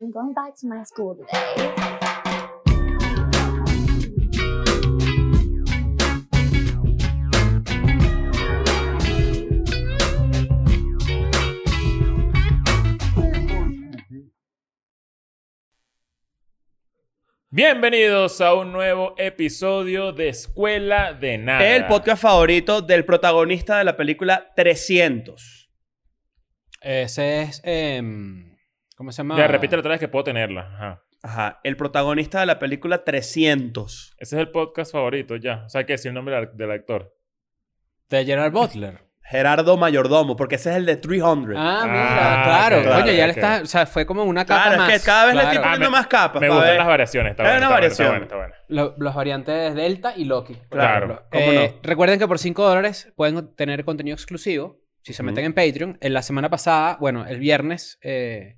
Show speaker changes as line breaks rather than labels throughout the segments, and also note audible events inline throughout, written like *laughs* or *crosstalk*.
I'm going back to my school today.
Bienvenidos a un nuevo episodio de Escuela de Nada.
El podcast favorito del protagonista de la película 300.
Ese es. em, ¿Cómo se llama?
Ya, repítelo otra vez que puedo tenerla. Ajá.
Ajá, el protagonista de la película 300.
Ese es el podcast favorito, ya. O sea, hay que decir el nombre del del actor.
De Gerard Butler.
Gerardo Mayordomo, porque ese es el de 300.
Ah,
Ah,
mira, claro.
ok,
Coño, ya
claro,
le
ok.
está. O sea, fue como una capa
claro,
más.
es que cada vez le
Claro.
estoy poniendo
Ah, me-
más
Pues
capas.
Me
pa'
gustan
ver.
las variaciones. Está
Hay
bueno,
una
está bueno, está
variación.
bueno, está bueno.
Lo- los variantes Delta y Loki. por
Claro,
ejemplo.
cómo
Eh,
no.
Recuerden que por 5 dólares pueden tener contenido exclusivo si se meten en Patreon. En la semana pasada, bueno, el viernes, eh,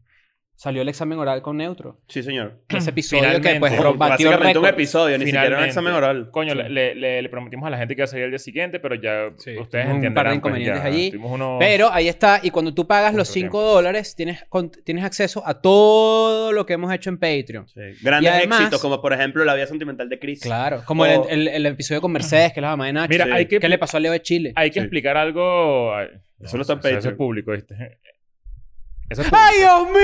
salió el examen oral
*clears throat*
con Neutro.
Sí, señor.
Ese episodio
Finalmente.
que pues
Pero
ro- batió
Básicamente un
récord.
episodio, ni siquiera un
Finalmente.
examen oral.
Coño,
Sí.
le, le- le prometimos a la gente que iba a salir el día siguiente, pero ya
Sí,
ustedes
tuvimos un
entienden.
par de inconvenientes allí,
Tuvimos unos...
Pero ahí está, y cuando tú pagas los
Otro
5
tiempo.
dólares, tienes, con- tienes acceso a todo lo que hemos hecho en Patreon.
Sí. Grandes
Y además-
éxitos, como por ejemplo La vida sentimental de Chris.
Claro, como
O-
el, el- el episodio con Mercedes, que es la mamá de Nacho.
Mira,
Sí.
hay que,
¿Qué le pasó a Leo de Chile?
hay que
Sí.
explicar algo. Ay,
Eso no está en
o sea, Eso
Patreon.
es público, ¿viste? *laughs* Eso es
¡Ay, Dios mío!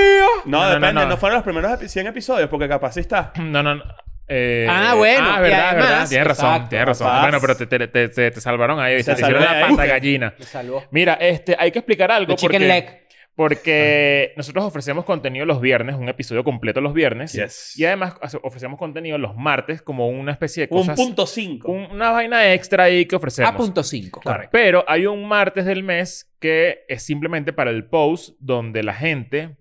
No,
No, no,
depende, no,
no, no.
fueron los primeros epi- 100 episodios, porque capaz sí
*laughs*
está.
No, no, no. Eh,
Ah, bueno,
Ah,
y
verdad,
además-
verdad. Tienes razón,
Exacto,
tienes razón.
capaz.
Bueno, pero te, te, te- te- te salvaron ahí. ¿viste?
Se
Te hicieron
salvé
la
ahí.
pata gallina.
Me salvó.
Mira, este, hay que explicar algo
De Chicken
porque,
Leg.
porque nosotros ofrecemos contenido los viernes, un episodio completo los viernes.
Yes.
Y además hace- ofrecemos contenido los martes como una especie de
Un
cosas...
punto cinco.
un- una vaina extra ahí que ofrecemos.
A Ah, punto 5.
Claro. Pero hay un martes del mes que es simplemente para el post donde la gente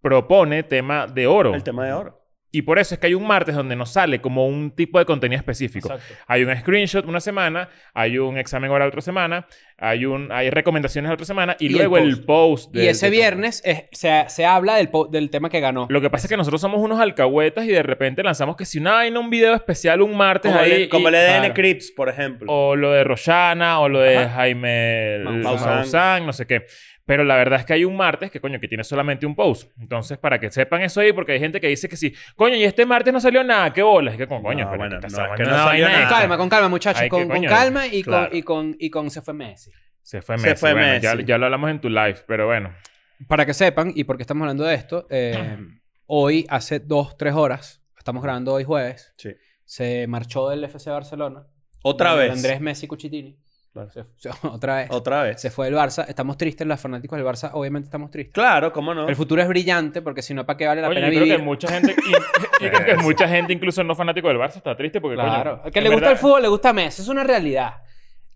propone tema de oro.
El tema de oro.
Y por eso es que hay un martes donde nos sale como un tipo de contenido específico. Hay un screenshot una semana, hay un examen oral otra semana, hay un hay recomendaciones la otra semana y,
Y el
luego el post.
Y
del-
ese
del-
viernes es- se, se habla del, po- del tema que ganó.
Lo que pasa es que nosotros somos unos alcahuetas y de repente lanzamos que si una vaina, un video especial un martes
Como,
ahí.
el, como
y-
el E EDN
claro.
Crips, por ejemplo.
O lo de Roshana, o lo de Jaime
Maussan.
Maussan, Maussan, no sé qué. Pero la verdad es que hay un martes que, coño, que tiene solamente un post. Entonces, para que sepan eso ahí, porque hay gente que dice que sí, coño, y este martes no salió nada, qué bolas. Es que, como, coño,
No,
pero
bueno,
esta
no,
semana
es que no
una
salió
vaina
nada.
Con
extra.
calma, con calma, muchachos.
Ah. Ay, qué
Con, con
coño.
calma y,
Claro.
con, y, con, y con se fue Messi.
Se fue
Se
Messi.
fue
bueno,
Messi.
Ya, ya lo hablamos en tu live, pero bueno.
Para que sepan, y porque estamos hablando de esto,
*clears throat*
eh, hoy, hace dos, tres horas, estamos grabando hoy jueves,
Sí.
se marchó del FC Barcelona.
Otra
Manuel
vez.
Andrés Messi Cuchitini.
Claro.
Se- se- *laughs* otra vez.
Otra vez.
Se fue del Barça. Estamos tristes, los fanáticos del Barça, obviamente estamos tristes.
Claro, cómo no.
El futuro es brillante porque si no, ¿para qué vale la
Oye,
pena
yo creo
vivir?
que mucha gente, y- *laughs* yo creo que
Eso.
mucha gente, incluso no fanático del Barça, está triste porque,
Claro.
coño,
Al que
en
le gusta
verdad-
el fútbol, le gusta Messi. Es una realidad.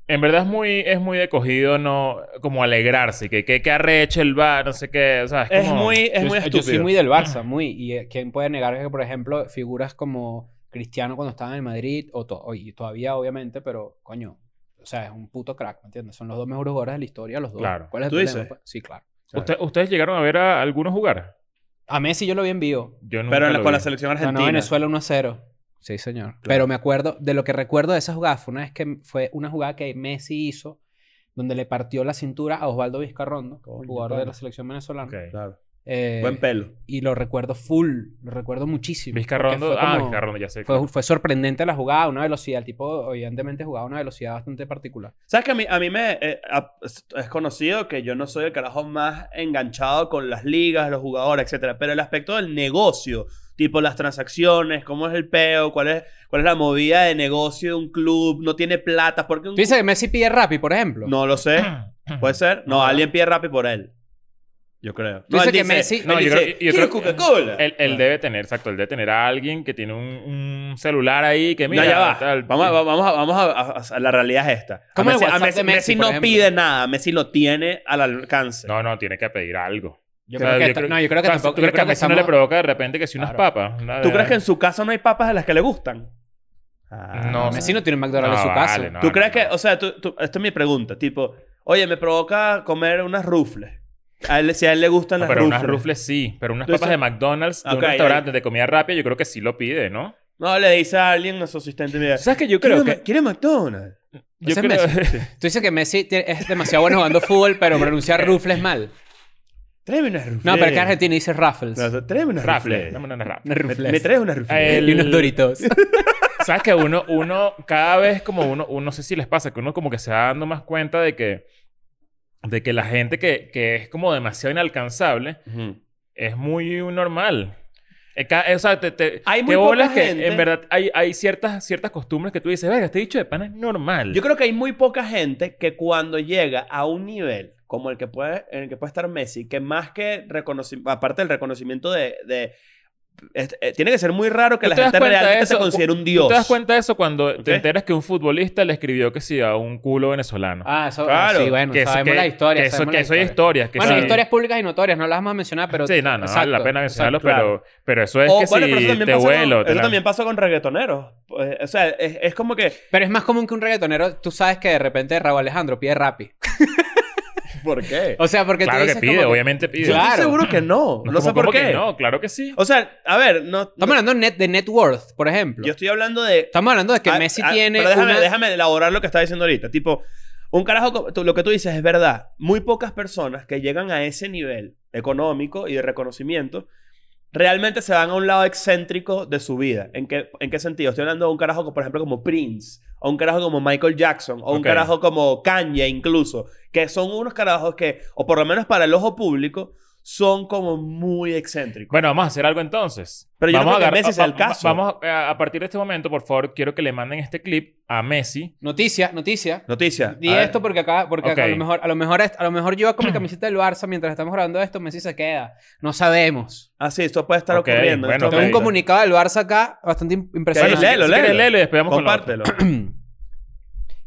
En verdad es muy, es muy de cogido, no, como alegrarse, que, que, que arreche el bar, no sé qué, o sea, es,
es
como-
muy, es
yo,
muy
yo
estúpido.
soy muy del Barça, muy. Y eh, quién puede negar que, por ejemplo, figuras como Cristiano cuando estaba en el Madrid, o to- y todavía, obviamente, pero coño. O sea, es un puto crack, ¿me entiendes? Son los dos mejores jugadores de la historia, los dos.
Claro.
¿Cuál es el
¿Tú
problema,
dices?
pues? Sí, claro.
Usted- ¿Ustedes llegaron a ver a algunos jugar?
A Messi yo lo vi en vivo.
Yo nunca
Pero en la-
lo
con
vi.
la selección
Ganó
argentina.
Venezuela 1 0. Sí, señor. Pero me acuerdo, de lo que recuerdo de esa jugada, fue una vez que fue una jugada que Messi hizo, donde le partió la cintura a Osvaldo Vizcarrondo,
Coño,
jugador
pana.
de la selección venezolana.
Ok.
Claro.
Eh,
Buen pelo.
y lo recuerdo full, lo recuerdo muchísimo.
Vizcarrondo,
porque fue
ah,
como-
Vizcarrondo, ya sé.
Fue, fue sorprendente la jugada, una velocidad. El tipo, evidentemente, jugaba a una velocidad bastante particular.
¿Sabes que a mí, a mí me eh, a- es conocido que yo no soy el carajo más enganchado con las ligas, los jugadores, etcétera, pero el aspecto del negocio, tipo las transacciones, cómo es el peo, cuál es cuál es la movida de negocio de un club, no tiene plata, porque un
¿Tú dices que Messi pide Rappi, por ejemplo?
no lo sé,
*clears throat*
puede ser, no, alguien pide rápido por él. Yo creo.
Ah. Tú
No, él
dices que
dice-
Messi-
él
No, yo
dice,
creo- yo
"¿Quieres
creo-
Coca-Cola?".
Él, él debe tener, exacto, él debe tener a alguien que tiene un, un celular ahí que mira.
no, ya va.
tal,
vamos a- vamos a, vamos a- a- a- la realidad es esta. A
¿Cómo el
Messi, a
WhatsApp de
Messi-
Messi,
Messi
por
no
ejemplo?
pide nada. Messi lo tiene al alcance.
No, no, tiene que pedir algo.
Yo
O sea,
creo que ta- no, yo creo que
o sea,
tampoco-
¿Tú
yo
crees que a
creo que
Messi no le
estamos-
provoca de repente que si unas
Claro.
papas? Una-
¿Tú crees que en su casa no hay papas a las que le gustan? Ah,
No,
Messi no tiene un
No,
McDonald's en su casa.
vale, no,
¿Tú
no,
crees que,
no.
o sea, tú, tú- esta es mi pregunta, tipo, oye, me provoca comer unas rufles. A él, si a él le gustan
No,
las
pero
rufles.
unas rufles sí, pero unas
Entonces-
papas de McDonald's, de
Ok,
un restaurante de comida rápida, yo creo que sí lo pide, ¿no?
No, le dice a alguien, a su asistente, mira,
¿Sabes que yo
¿quiere,
creo
Ma-
que
quiere McDonald's?
yo
Ese es
creo *laughs* *laughs*
Messi. Tú dices que Messi tie- es demasiado bueno jugando fútbol, pero pronuncia rufles mal.
Tráeme unas rufles.
No, pero que Argentina dice Raffles.
No, o sea, tráeme unas
Rafle.
rufles.
Dame una rafle.
Unas
Me,
rufles.
me traes unas rufles.
Eh,
Y
*laughs*
unos doritos.
Sabes que uno, uno, cada vez como uno, uno no sé si les pasa, que uno como que se va dando más cuenta de que, de que la gente que, que es como demasiado inalcanzable
Ujú.
es muy normal. Eh, ca- eh, O sea, te, te-
Hay
qué
muy poca
bolas que
gente.
en verdad hay, hay ciertas, ciertas costumbres que tú dices, venga, este dicho de pana es normal.
Yo creo que hay muy poca gente que cuando llega a un nivel como el que puede, en el que puede estar Messi, que más que reconocimiento, aparte del reconocimiento de... de- es- eh, tiene que ser muy raro que
¿Tú
la
te das
gente
cuenta de
realmente se
eso?
considere un
¿Tú
dios.
te das cuenta de eso cuando
Ok.
te enteras que un futbolista le escribió que sí a un culo venezolano?
Ah, eso.
Claro,
sí, bueno,
que eso-
sabemos
que-
la historia.
Que eso,
sabemos
que
la
eso hay
historia.
historias. Que
Bueno,
sí.
historias públicas y notorias, no las vamos a mencionar, pero.
Sí, no, no, vale la
Exacto,
pena mencionarlo,
exacto.
pero, pero eso es
O,
que
bueno, pero
si
eso también
te
pasa
vuelo...
con,
te
eso
la-
también pasa con reggaetoneros. Eh, o sea, es, es como que...
Pero es más común que un reggaetonero, tú sabes que de repente Raúl Alejandro pide rapi.
¿Por qué?
O sea, porque tú
Claro que
dices
pide,
como que-
obviamente pide.
Yo
Claro.
estoy seguro que no. No,
¿Cómo-
sé
cómo
por
que
qué.
No, claro que sí.
O sea, a ver, no... no-
Estamos hablando de net, de net worth, por ejemplo.
yo estoy hablando de...
Estamos hablando de que
Ah,
Messi
ah,
tiene.
Pero déjame,
una-
déjame elaborar lo que está diciendo ahorita. Tipo, un carajo, co- tú- lo que tú dices es verdad. Muy pocas personas que llegan a ese nivel económico y de reconocimiento realmente se van a un lado excéntrico de su vida. ¿En qué, en qué sentido? Estoy hablando de un carajo, como, por ejemplo, como Prince, o un carajo como Michael Jackson, o un
Ok.
carajo como Kanye, incluso, que son unos carajos que, o por lo menos para el ojo público, son como muy excéntricos.
Bueno, vamos a hacer algo entonces.
Pero yo no
vamos
creo que
agarrar-
Messi sea el
va-
caso.
Vamos a, a partir de este momento, por favor, quiero que le manden este clip a Messi.
Noticia, noticia.
Noticia.
Di
a ver.
esto porque acá, porque acá
Ok.
a lo mejor, a lo mejor, est- a lo mejor yo
*clears throat*
con mi camiseta del Barça mientras estamos grabando esto, Messi se queda. No sabemos.
Ah, sí, esto puede estar
Ok,
ocurriendo. en
bueno,
este
ok.
Tengo un
momento.
comunicado del Barça acá bastante im-
Bueno,
impresionante.
si- si
léelo,
quieres,
léelo.
léelo y después vamos con la otra.
Compártelo.
*clears throat*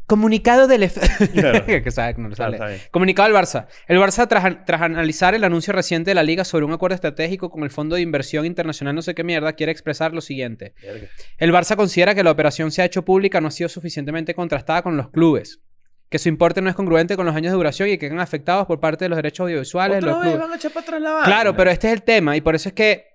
comunicado del F-
*laughs* Claro.
*laughs* que sabe que no lo
Claro,
sale.
está bien.
Comunicado al Barça. El Barça, tras, tras analizar el anuncio reciente de la Liga sobre un acuerdo estratégico con el Fondo de Inversión Internacional, no sé qué mierda, quiere expresar lo siguiente. El Barça considera que la operación se ha hecho pública, no ha sido suficientemente contrastada con los clubes. Que su importe no es congruente con los años de duración y que quedan afectados por parte de los derechos audiovisuales de
Otra
los
vez
clubes.
van a echar para atrás la banda.
Claro, pero este es el tema y por eso es que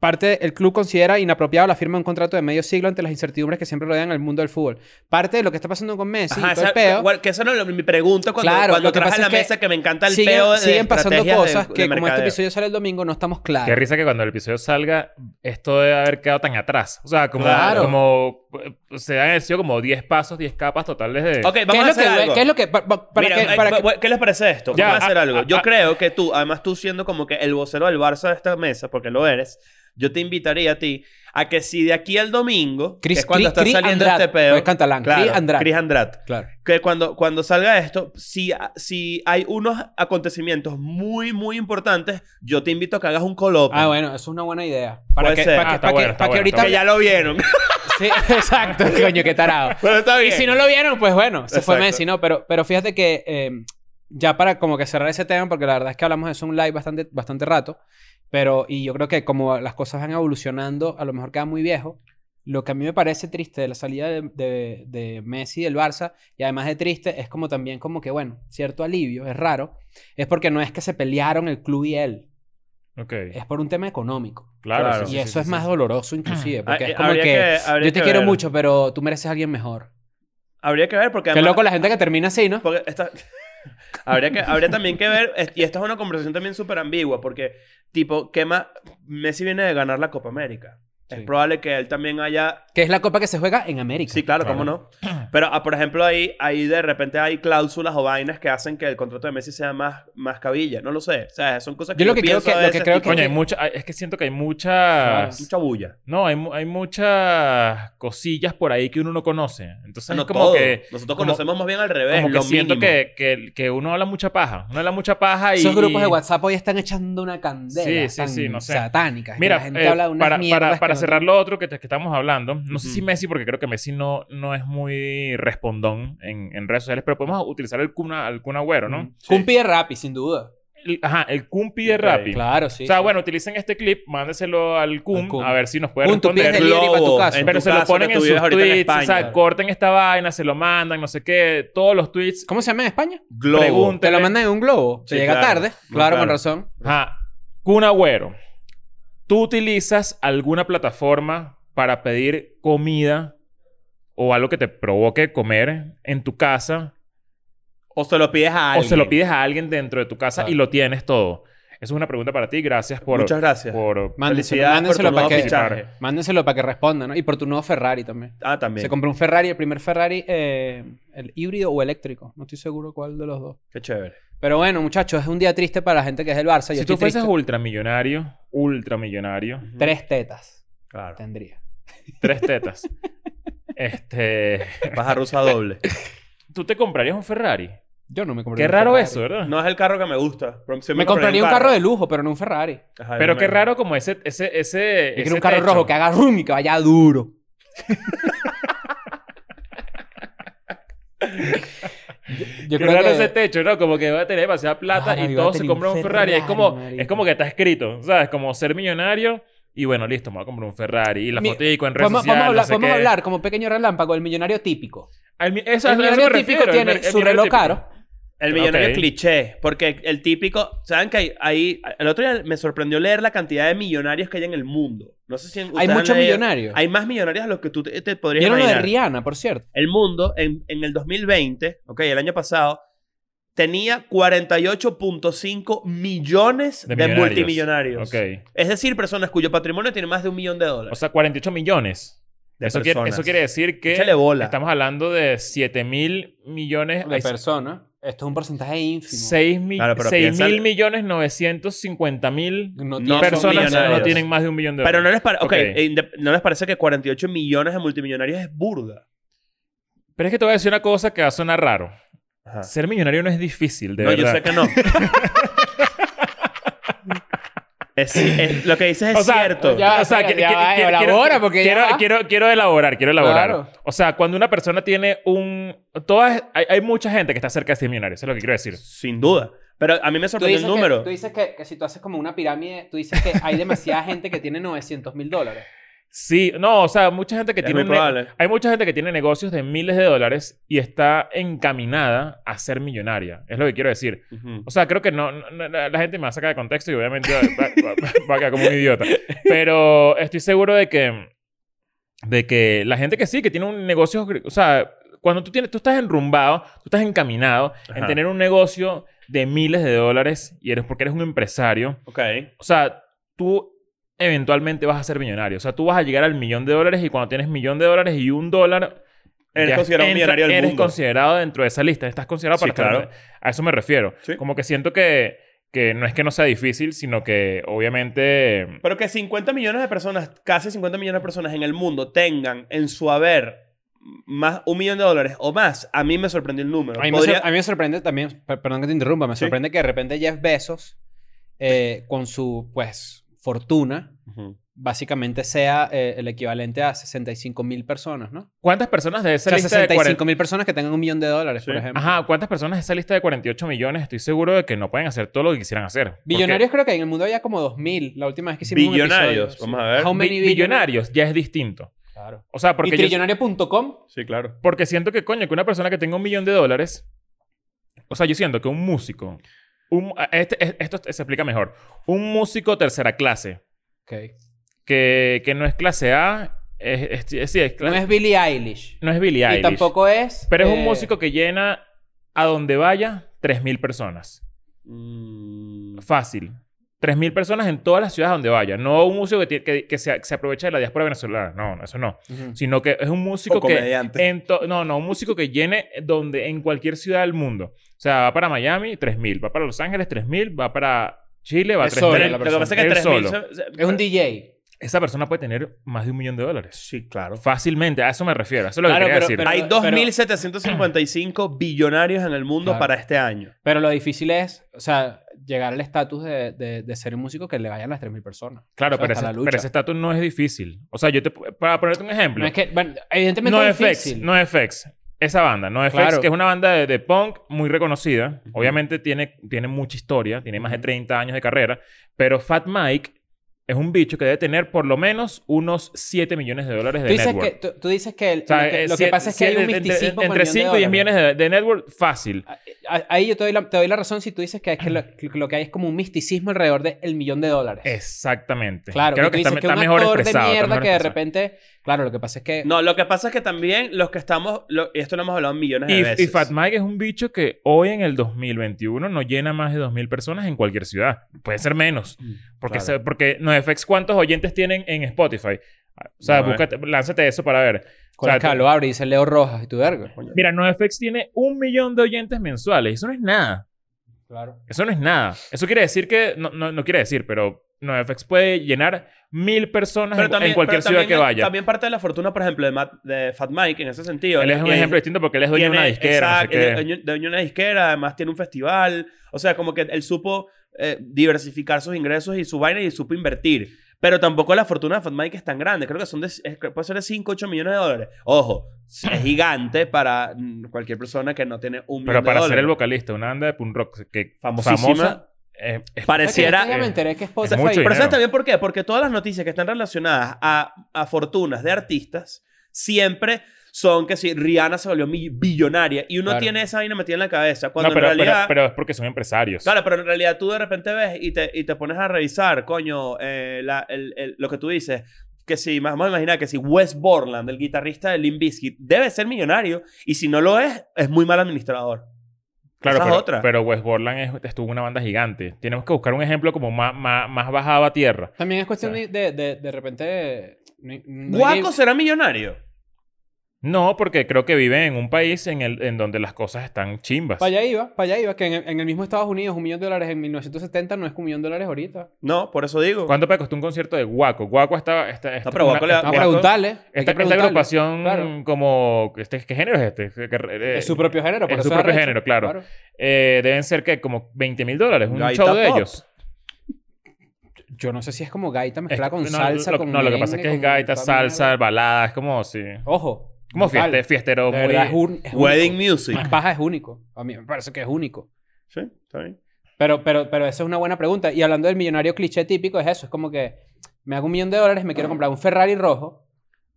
parte el club considera inapropiado la firma de un contrato de medio siglo ante las incertidumbres que siempre rodean el mundo del fútbol. Parte de lo que está pasando con Messi,
Ajá,
y todo el
esa-
pues, peo,
igual que eso no es mi pregunta cuando,
Claro,
cuando
lo que
traje
pasa
a la
es que
mesa que me encanta el
siguen,
peo de
siguen pasando
estrategias de-
cosas
de
que como este
mercadeo.
episodio sale el domingo no estamos claros.
Qué risa que cuando el episodio salga, esto debe haber quedado tan atrás. O sea, como,
Claro.
como eh, se han sido como 10 pasos, 10 capas totales de.
Ok,
¿Qué
vamos a
es lo
hacer
que,
algo.
qué es lo que pa- pa- para
Mira,
que-
eh,
para ah, que-
bu- bu- ¿Qué les parece esto?
Ya,
Vamos a hacer
a-
algo.
a-
Yo
a-
creo que tú, además tú siendo como que el vocero del Barça de esta mesa, porque lo eres, yo te invitaría a ti a que si de aquí al domingo, que
Chris-
es cuando
Chris-
está
Chris
saliendo
Andrade,
este peo,
pues, catalán, Chris
claro,
Andrade.
Chris Andrade.
Claro.
que cuando, cuando salga esto, si, si hay unos acontecimientos muy, muy importantes, yo te invito a que hagas un colopo.
Ah, bueno, eso es una buena idea. Para
Puede
que,
ser.
para que-
Ah, está
para que-
bueno, está
para que
bueno, está
ahorita
Que ya lo
*laughs*
vieron. *laughs*
Sí, exacto, coño, qué tarado.
Pero está
Y si no lo vieron, pues bueno, se fue
Exacto.
Messi, ¿no? Pero, pero fíjate que eh, ya para como que cerrar ese tema, porque la verdad es que hablamos de eso en un live bastante, bastante rato, pero y yo creo que como las cosas van evolucionando, a lo mejor queda muy viejo. Lo que a mí me parece triste de la salida de, de- de Messi del Barça, y además de triste, es como también como que, bueno, cierto alivio, es raro, es porque no es que se pelearon el club y él,
Ok.
es por un tema económico.
Claro.
Claro.
sí,
Y
sí,
eso
sí,
es
sí.
más doloroso inclusive, porque
Ah, eh,
es como que,
habría que- habría
yo te
que
quiero
ver.
mucho, pero tú mereces a alguien mejor.
Habría que ver porque...
Qué
además-
loco la gente que termina así, ¿no?
porque esta- *laughs* habría, que, habría también que ver, es- y esta es una conversación también súper ambigua, porque tipo, ¿qué más? Messi viene de ganar la Copa América. Es
Sí.
probable que él también haya...
Que es la copa que se juega en América.
Sí, claro,
Claro.
cómo no. Pero, ah, por ejemplo, ahí, ahí de repente hay cláusulas o vainas que hacen que el contrato de Messi sea más, más cabilla. No lo sé. O sea, son cosas que
Yo
yo,
lo que creo
pienso
que-
a
lo que
veces,
creo
tipo,
Coño, hay
que-
mucha, hay- es que siento que hay
Claro.
muchas.
mucha bulla.
No, hay, mu- hay muchas cosillas por ahí que uno no conoce. Entonces,
Ah, No
es como
todo.
que.
Nosotros
como-
conocemos más bien al revés.
Como que
lo
siento
mínimo.
que, que, que uno habla mucha paja. Uno habla mucha paja y...
Esos grupos de WhatsApp hoy están echando una
Sí,
candela
sí, sí, no sé.
satánica.
Mira,
la gente
eh,
habla de unas
para,
mierdas
para,
que
para
no-
cerrar lo otro que, te- que estamos hablando, no sé
Ujú.
si Messi, porque creo que Messi no, no es muy respondón en, en redes sociales, pero podemos utilizar el cuna, el Kun Agüero, ¿no?
Sí. Cumpi de Rappi, sin duda.
El- ajá, el Cumpi de
Ok,
Rappi.
Claro, sí.
o sea,
sí.
bueno, utilicen este clip, mándenselo al
Al
Kun,
Kun.
a ver si nos puede
Kun, tú
responder.
pides delivery para tu
Globo,
casa.
en
Pero
tu
se lo
casa,
ponen
que
en
tú
sus
vives ahorita en
tweets, o sea,
España.
corten esta vaina, se lo mandan, no sé qué, todos los tweets.
¿Cómo se llama en España?
Globo.
Pregunta.
Te lo mandan en un globo.
Sí,
Te llega
claro.
tarde.
Muy
Claro,
claro.
con razón.
Ajá. Kun Agüero, ¿tú utilizas alguna plataforma para pedir comida o algo que te provoque comer en tu casa?
O se lo pides a alguien.
O se lo pides a alguien dentro de tu casa y
Claro.
lo tienes todo. Esa es una pregunta para ti. Gracias por...
Muchas gracias.
por
Mándenselo,
Felicidades
mándenselo
por tu
para
nuevo
que,
fichaje.
mándenselo para que responda, ¿no? Y por tu nuevo Ferrari también.
Ah, también.
Se compró un Ferrari, el primer Ferrari, eh, el híbrido o eléctrico. No estoy seguro cuál de los dos.
Qué chévere.
Pero bueno, muchachos, es un día triste para la gente que es del Barça. Yo
si
estoy
tú fueses
triste.
ultramillonario, ultramillonario,
Tres tetas
Claro.
tendría.
tres
*laughs*
tetas, este,
Paja rusa doble.
tú te comprarías un Ferrari.
Yo no me compraría
Qué
un
raro
Ferrari.
eso, ¿verdad?
No es el carro que me gusta. pero sí
Me compraría un carro de lujo, pero no un Ferrari. Yo
Ajá,
Pero
yo
qué
me-
raro como ese, ese, ese. ese
quiero un carro
techo.
rojo que haga rum y que vaya *laughs* duro. Yo- Yo
Qué
creo
raro
que...
ese techo, ¿no? Como que va a tener demasiada plata
Claro,
y
iba a
todos se
tener
compran
un
un Ferrari. Es
Ferrari,
como,
marico.
es como que está escrito, ¿sabes? Como ser millonario y bueno, listo, me voy a comprar un Ferrari. Y la
Mi-
fotico en redes
Podemos,
sociales.
vamos a hablar,
no sé
podemos
qué.
hablar como pequeño relámpago, el millonario típico.
Al mi- eso,
el
a eso me
millonario
refiero,
típico
el
tiene
mi- el
su
millonario
reloj
típico.
caro.
El millonario
Ok.
cliché. Porque el típico. ¿Saben que hay, hay- El otro día me sorprendió leer la cantidad de millonarios que hay en el mundo. No sé si. en-
Hay
ustedes han
muchos
leído-
millonarios.
Hay más millonarios a los que tú te, te podrías
Vieron lo de
imaginar.
Rihanna, por cierto.
El mundo en, en el 2020, ok, el año pasado, tenía 48.5 millones de,
De millonarios.
multimillonarios.
Ok.
Es decir, personas cuyo patrimonio tiene más de un millón de dólares.
O sea, 48 millones.
de
eso, quiere,
personas.
eso quiere decir que
Échale bola.
estamos hablando de 7 mil millones.
De persona. Esto es un porcentaje ínfimo.
6 mil
Claro, pero piensa-
millones 950 mil
No,
No
tiene-
son
personas no
millonarios.
tienen más de un millón de dólares.
Pero no les, para- ok,
Ok.
eh, inde- no les parece que 48 millones de multimillonarios es burda.
Pero es que te voy a decir una cosa que va a sonar raro.
Ajá.
Ser millonario no es difícil, de
No,
verdad.
yo sé
*laughs*
que no. Es- es- lo que dices es
O sea,
cierto.
ya-
o sea,
espérate,
que-
ya
que-
va,
quiero-
elabora,
quiero-
porque ya
quiero,
va.
quiero, quiero elaborar, quiero elaborar.
Claro.
O sea, cuando una persona tiene un... Todas, hay, hay mucha gente que está cerca de ser millonario, eso es lo que quiero decir.
Sin duda. Pero a mí me
Tú
sorprendió
dices,
el
que,
número.
tú dices que, que si tú haces como una pirámide, tú dices que hay demasiada gente que tiene 900 mil *laughs* dólares.
Sí, no, o sea, mucha gente que
Es
tiene...
muy
un ne-
probable.
Hay mucha gente que tiene negocios de miles de dólares y está encaminada a ser millonaria, es lo que quiero decir.
Ujú.
O sea, creo que no, no- no- la la gente me va a sacar de contexto y obviamente va, va- va- va a quedar como un idiota. Pero estoy seguro de que, de que la gente que sí, que tiene un negocio, o sea, cuando tú, tienes, tú estás enrumbado, tú estás encaminado en
Ajá.
tener un negocio de miles de dólares y eres porque eres un empresario,
Ok.
o sea, tú eventualmente vas a ser millonario. O sea, tú vas a llegar al millón de dólares y cuando tienes millón de dólares y un dólar...
Eres
ya
considerado un millonario del
eres
mundo.
considerado dentro de esa lista. Estás considerado para
Sí,
estar-
claro.
A eso me refiero.
Sí.
Como que siento que, que no es que no sea difícil, sino que obviamente...
Pero que 50 millones de personas, casi 50 millones de personas en el mundo tengan en su haber más un millón de dólares o más, a mí me sorprendió el número.
A mí, me
Podría-
sor- a mí me sorprende también, per- perdón que te interrumpa, me
Sí.
sorprende que de repente Jeff Bezos, eh, con su, pues, fortuna,
Ujú.
básicamente sea eh, el equivalente a 65 mil personas, ¿no?
¿Cuántas personas de esa
O sea,
lista de
65
cuaren-
mil personas que tengan un millón de dólares,
Sí.
por ejemplo.
Ajá, ¿cuántas personas de esa lista de 48 millones estoy seguro de que no pueden hacer todo lo que quisieran hacer? Porque
Billonarios creo que en el mundo había como 2.000 la última vez que hicimos
Billonarios,
un episodio.
vamos a ver.
How many
bi-
billionaires?
billonarios ya es distinto.
Claro.
O sea,
y
porque yo,
trillonario.com
Sí, claro.
porque siento que coño que una persona que tenga un millón de dólares, o sea, yo siento que un músico, un, este- es- esto se explica mejor, un músico tercera clase
Ok.
que, que no es clase A, es, es- es- sí, es cla-
no es Billie Eilish.
no es Billie Eilish.
Y tampoco es...
Pero es un
eh,
músico que llena a donde vaya 3.000 personas.
Mm,
Fácil. 3.000 personas en todas las ciudades donde vaya. No un músico que, tiene- que, que se, que se aprovecha de la diáspora venezolana. No, no, eso no.
Ujú.
Sino que es un músico
O
que...
comediante.
en to- no, no, un músico que llene donde, en cualquier ciudad del mundo. O sea, va para Miami, 3.000. Va para Los Ángeles, 3.000. Va para Chile, va a
Es solo,
Pero
3.000.
la
lo que pasa es que
Él
3000
solo.
se- se-
Es un DJ.
Esa persona puede tener más de un millón de dólares.
Sí, claro.
Fácilmente. A eso me refiero. Eso es lo que
Claro,
quería
pero-
decir.
pero-
Hay 2.755 billonarios en el mundo
Claro.
para este año.
Pero lo difícil es, o sea, llegar al estatus de, de- de ser un músico que le vayan las 3.000 personas.
Claro,
O sea,
pero
hasta
ese,
la lucha.
pero ese estatus no es difícil. O sea, yo te... Para ponerte un ejemplo.
No es que... Bueno, evidentemente
No
Este es
FX,
difícil.
no FX. Esa banda, No FX,
Claro.
que es una banda de, de punk muy reconocida. Obviamente tiene, tiene mucha historia, tiene más de 30 años de carrera. Pero Fat Mike es un bicho que debe tener por lo menos unos 7 millones de dólares de
Tú dices,
network.
que, tú, tú dices que el-
O sea,
lo que,
eh,
lo que
siete-
pasa es que hay un
siete- entre-
misticismo con
Entre
el millón de
5 y 10
dólares.
millones de, de network, fácil.
Ah, Ahí yo te doy, la, te doy la razón si tú dices que, es que lo, que lo que hay es como un misticismo alrededor del millón de dólares.
Exactamente.
Claro,
Creo
tú
que está,
dices que
está
un
mejor
actor
expresado.
de
está
mierda
mejor
que de
expresado.
repente... Claro, lo que pasa es que...
No, lo que pasa es que también los que estamos. lo- y esto lo hemos hablado millones de
Y,
veces.
y Fat Mike es un bicho que hoy en el 2021 no llena más de 2.000 personas en cualquier ciudad. Puede ser menos. Porque,
Mm, Claro.
se- porque NoFX, ¿cuántos oyentes tienen en Spotify? O sea,
No, eh.
búscate- lánzate eso para ver.
Con
o sea,
acá
tú-
lo abre y dice Leo Rojas y tu verga. pues.
Coño.
Mira, NoFX tiene un millón de oyentes mensuales. y Eso no es nada.
Claro.
Eso no es nada. Eso quiere decir que... No, no, no quiere decir, pero NoFX puede llenar mil personas en,
Pero
en
también-
cualquier
pero
ciudad
también-
que vaya.
También parte de la fortuna, por ejemplo, de, Matt- de Fat Mike en ese sentido.
Él es un
Y-
ejemplo distinto porque él es dueño de una
tiene-
disquera. no sé
exacto,
qué.
es dueño- dueño de una disquera, además tiene un festival. O sea, como que él supo eh, diversificar sus ingresos y su vaina y supo invertir. Pero tampoco la fortuna de Fat Mike es tan grande. Creo que son de, es- puede ser de 5, 8 millones de dólares. Ojo, es gigante para mm, cualquier persona que no tiene un millón
Pero
de
para ser
dólares.
el vocalista de una banda de punk rock que
Famosísima.
famosa, eh, es-
Pareciera- eh,
Yo me enteré que Spotify...
mucho
Pero ¿sabes
dinero.
también por qué? Porque todas las noticias que están relacionadas a, a fortunas de artistas siempre son que si Rihanna se volvió mi- billonaria y uno
Claro.
tiene esa vaina metida en la cabeza cuando
no, pero,
en realidad...
pero, pero es porque son empresarios.
Claro, pero en realidad tú de repente ves y te, y te pones a revisar, coño, eh, la- el- el- lo que tú dices. Que si, vamos a imaginar que si Wes Borland, el guitarrista de Limp Bizkit, debe ser millonario y si no lo es, es muy mal administrador.
Claro,
esa es
pero,
otra.
pero West Borland es- estuvo en una banda gigante. Tenemos que buscar un ejemplo como más, más, más bajado a tierra.
También es cuestión
O
de, de, de, de repente... ni- no
¿Guaco
diría-
será millonario?
No, porque creo que vive en un país en, el, en donde las cosas están chimbas.
Para allá iba, para allá iba, que en, en el mismo Estados Unidos un millón de dólares en 1970 no es que un millón de dólares ahorita.
No, por eso digo.
¿Cuánto te costó un concierto de Guaco? Guaco estaba... Esta, esta-
pero Guaco le-
esta-
Vamos a
Guaco-
preguntarle. hay que
Ah, Esta, esta
preguntarle.
agrupación
Claro.
como... Este, ¿Qué género es este? ¿Qué- qué- eh,
Es su propio género. por
es
eso
su propio
arrecho.
género, claro. eh, deben ser que como 20 mil dólares. Un
Gaita
show de
pop.
ellos.
Yo no sé si es como gaita
Es
mezclada
que-
con
no,
salsa,
lo,
con
No, lo que pasa es
merengue,
que es
con
gaita,
toda
salsa,
mierda.
baladas, como sí.
Ojo.
Como fieste-
vale.
fiestero
De
muy-
verdad, es un- es
Wedding
único.
Music.
Más paja es único. A mí me parece que es único.
Sí, está bien.
Pero, pero, pero eso es una buena pregunta. Y hablando del millonario cliché típico, es eso. Es como que me hago un millón de dólares, me quiero comprar un Ferrari rojo,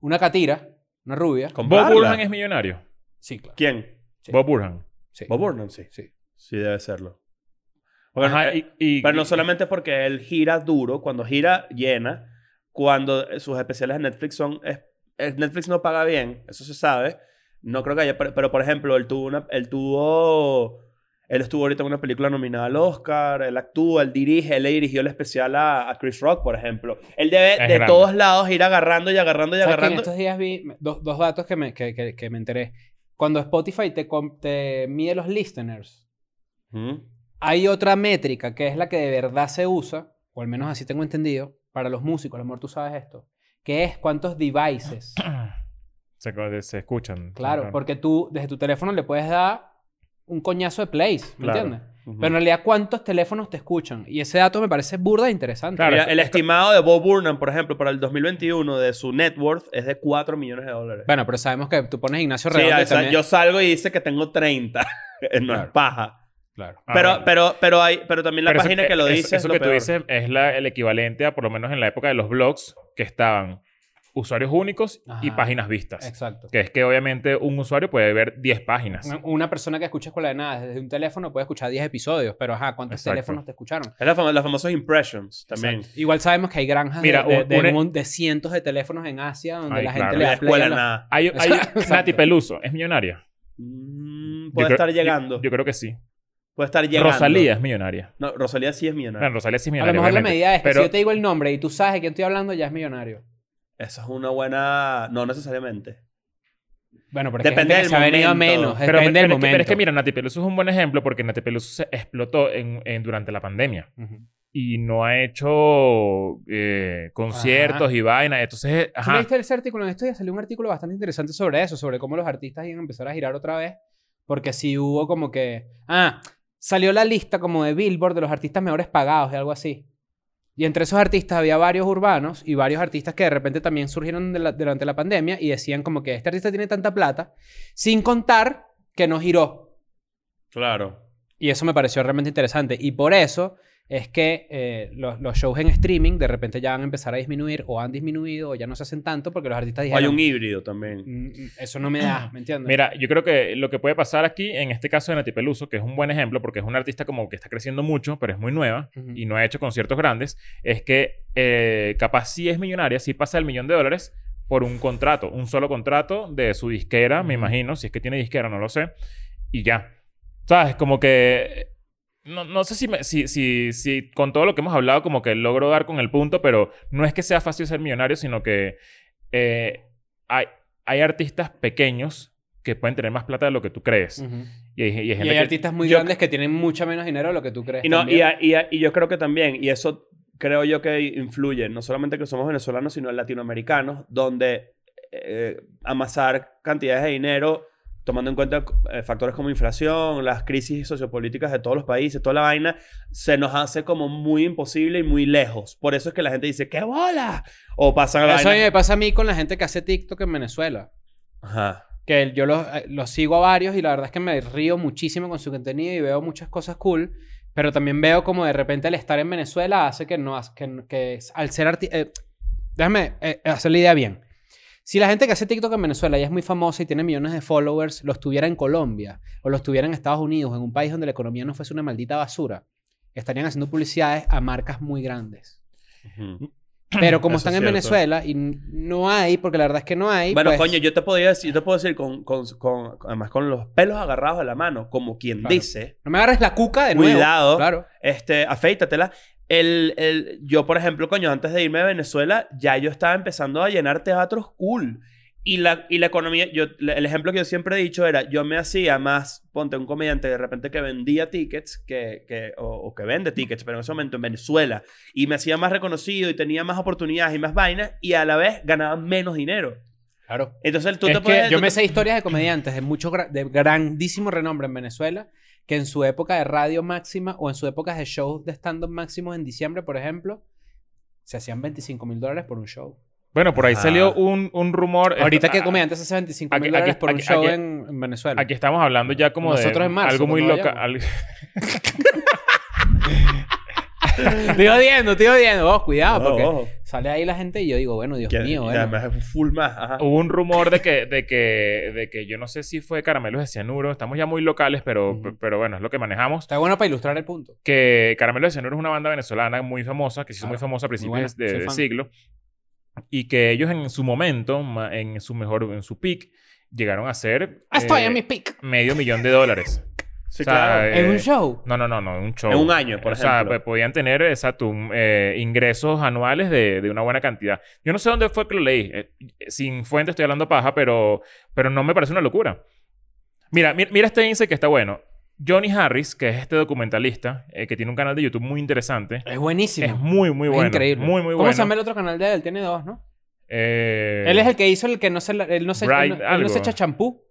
una catira, una rubia.
Bob
Comprarla.
Burhan es millonario.
Sí, claro.
¿Quién?
Sí.
Bob Burhan.
Sí.
Bob Burnham, sí.
Sí.
Sí, debe serlo. Porque-
Ajá, y- y-
eh, Pero
y-
no solamente porque él gira duro, cuando gira llena, cuando eh, sus especiales en Netflix son... es- eh, Netflix no paga bien, eso se sabe. No creo que haya... Pero, pero, por ejemplo, él tuvo una... Él tuvo... Él estuvo ahorita en una película nominada al Oscar, él actúa, él dirige, él le dirigió el especial a, a Chris Rock, por ejemplo. Él debe
Es
de
grande.
todos lados ir agarrando y agarrando y
¿Sabes que en
agarrando.
estos días vi me- dos, dos datos que me, que, que- que me enteré. Cuando Spotify te, com- te mide los listeners,
Ujú.
hay otra métrica que es la que de verdad se usa, o al menos así tengo entendido, para los músicos, a lo mejor tú sabes esto, que es cuántos devices.
*clears throat* se, co- se escuchan.
Claro, porque tú desde tu teléfono le puedes dar un coñazo de plays, ¿me
Claro.
entiendes?
Ujú.
Pero en realidad, ¿cuántos teléfonos te escuchan? Y ese dato me parece burda e interesante.
Claro.
Mira,
esto-
el
esto-
estimado de Bob Burnham, por ejemplo, para el 2021 de su net worth es de 4 millones de dólares.
Bueno, pero sabemos que tú pones Ignacio
Sí,
Redondo y
o sea,
también-
yo salgo y dice que tengo *laughs* 30. no es
Claro.
paja.
Claro.
pero, pero, pero, hay, pero también la página que lo dice.
Ah, Eso,
es lo
que tú
peor.
dices es la- el equivalente a, por lo menos en la época de los blogs, que estaban usuarios únicos y
Ajá.
páginas vistas.
Exacto.
Que es que obviamente un usuario puede ver 10 páginas.
Una- Una persona que escucha Escuela de Nada desde un teléfono puede escuchar 10 episodios, pero ajá, ¿cuántos
Exacto.
teléfonos te escucharon?
Es la fam- los famosos impressions también.
Exacto. Igual sabemos que hay granjas
Mira,
de, de-
un-
de
un-
mon- de cientos de teléfonos en Asia donde
Ay,
la
claro.
gente
En
le
la
da play.
escuela
a los-
nada. *laughs*
Hay, hay-
Exacto.
Nati Peluso es millonaria.
Mm,
Yo
puede
creo-
estar
yo-
llegando.
Yo creo que sí.
puede estar llegando.
Rosalía es millonaria.
No, Rosalía sí es millonaria.
Bueno, Rosalía sí es
A lo
millonaria.
mejor la
obviamente.
medida es que
Pero-
si yo te digo el nombre y tú sabes de quién estoy hablando, ya es millonario.
Esa es una buena. No necesariamente.
Bueno, pero
Depende
depende
del
se ha venido a
momento.
menos.
Pero,
depende
pero
del
es que,
momento.
pero es que mira, Nati Peluso es un buen ejemplo porque Nati Peluso se explotó en, en- durante la pandemia
Ujú.
y no ha hecho eh, conciertos
Ajá.
y vainas. Entonces,
¿Tú
ajá.
leíste ese artículo? En estos días salió un artículo bastante interesante sobre eso, sobre cómo los artistas iban a empezar a girar otra vez, porque sí hubo como que... Ah, salió la lista como de Billboard de los artistas mejores pagados y algo así. Y entre esos artistas había varios urbanos y varios artistas que de repente también surgieron de la- durante la pandemia y decían como que este artista tiene tanta plata, sin contar que no giró.
Claro.
Y eso me pareció realmente interesante. Y por eso es que eh, los, los shows en streaming de repente ya van a empezar a disminuir o han disminuido o ya no se hacen tanto porque los
O
artistas
hay
dijeron,
un híbrido también.
"Mm, mm, eso no me da, ¿me entiendes?
Mira, yo creo que lo que puede pasar aquí, en este caso de Nati Peluso, que es un buen ejemplo, porque es una artista como que está creciendo mucho, pero es muy nueva
Ujú.
y no ha hecho conciertos grandes, es que eh, capaz sí es millonaria, sí pasa el millón de dólares por un contrato, un solo contrato de su disquera, me imagino, si es que tiene disquera, no lo sé, y ya. ¿Sabes? Como que... No, no sé si, me- si, si, si con todo lo que hemos hablado como que logro dar con el punto, pero no es que sea fácil ser millonario, sino que eh, hay, hay artistas pequeños que pueden tener más plata de lo que tú crees.
Ujú.
Y hay, y hay
Y
gente
hay
que-
artistas muy
yo-
grandes que tienen mucho menos dinero de lo que tú crees.
Y, no,
también.
y, a- y a- y yo creo que también, y eso creo yo que influye, no solamente que somos venezolanos, sino latinoamericanos, donde eh, amasar cantidades de dinero, tomando en cuenta eh, factores como inflación, las crisis sociopolíticas de todos los países, toda la vaina, se nos hace como muy imposible y muy lejos. Por eso es que la gente dice, ¡qué bola! O pasa la
Eso a mí
vaina.
me pasa a mí con la gente que hace TikTok en Venezuela.
Ajá.
Que yo los, eh, los sigo a varios y la verdad es que me río muchísimo con su contenido y veo muchas cosas cool. Pero también veo como de repente el estar en Venezuela hace que no... hace- Que, que es- al ser artista... déjame eh, hacer la idea bien. Si la gente que hace TikTok en Venezuela ya es muy famosa y tiene millones de followers, los tuviera en Colombia o los tuviera en Estados Unidos, en un país donde la economía no fuese una maldita basura, estarían haciendo publicidades a marcas muy
*clears throat*
grandes.
Ujú.
Pero como
Eso
están
es
en
cierto.
Venezuela y n- no hay, porque la verdad es que no hay.
Bueno,
pues-
coño, yo te podía decir, yo te puedo decir con, con, con- además con los pelos agarrados de la mano, como quien
Claro.
dice,
No me agarres la cuca de nuevo.
Cuidado.
Claro.
Este, afeítatela. El, el, yo, por ejemplo, coño, antes de irme a Venezuela, ya yo estaba empezando a llenar teatros cool. Y la, y la economía, yo, la- el ejemplo que yo siempre he dicho era, yo me hacía más, ponte un comediante de repente que vendía tickets, que, que, o, o que vende tickets, pero en ese momento en Venezuela, y me hacía más reconocido y tenía más oportunidades y más vainas, y a la vez ganaba menos dinero.
Claro.
Entonces tú
Es
te
que
puedes...
Yo
tú
me
te-
sé historias de comediantes de mucho gra- de grandísimo renombre en Venezuela que en su época de radio máxima o en su época de shows de stand-up máximos en diciembre, por ejemplo, se hacían 25 mil dólares por un show.
Bueno, por ahí
Ajá.
salió un, un rumor. eh, ah,
Ahorita
Esto-
que comediantes hace 25
aquí-
mil dólares
aquí-
por un
aquí-
show
aquí-
en, en Venezuela. *laughs*
Aquí estamos hablando ya como de
Nosotros en marzo,
algo muy
cuando
loca.
vayamos.
al-
Estoy odiando, estoy odiando. Vos, cuidado,
Ojo,
porque
ojo.
sale ahí la gente y yo digo, bueno, Dios
Que-
mío.
y
bueno.
además es full más. ajá.
Hubo un rumor de que, de que, de que yo no sé si fue caramelos de cianuro. Estamos ya muy locales, pero,
Ujú.
p- pero bueno, es lo que manejamos.
Está bueno para ilustrar el punto.
Que Caramelo de Cianuro es una banda venezolana muy famosa, que se hizo
Claro.
muy famosa a principios
buena,
de,
soy
de
fan.
siglo. Y que ellos en su momento, ma- en su mejor, en su peak, llegaron a ser
Ah, Estoy
eh,
en mi pick.
medio millón de dólares. o
Sí,
sea,
claro.
eh,
en un show.
No, no, no, no, un show.
En un año, por
o sea,
ejemplo.
pues, podían tener exacto, un, eh, ingresos anuales de, de una buena cantidad. Yo no sé dónde fue que lo leí. eh, sin fuente estoy hablando paja, pero, pero no me parece una locura. Mira, mi- mira este índice que está bueno. Johnny Harris, que es este documentalista, eh, que tiene un canal de YouTube muy interesante.
Es buenísimo.
Es muy, muy bueno.
Es increíble.
Muy, muy
¿Cómo
bueno.
se llama el otro canal de él? Tiene dos, ¿no?
Eh,
Él es el que hizo el que no se... la- Él no se, él
Bright
no- él no
algo.
se echa champú.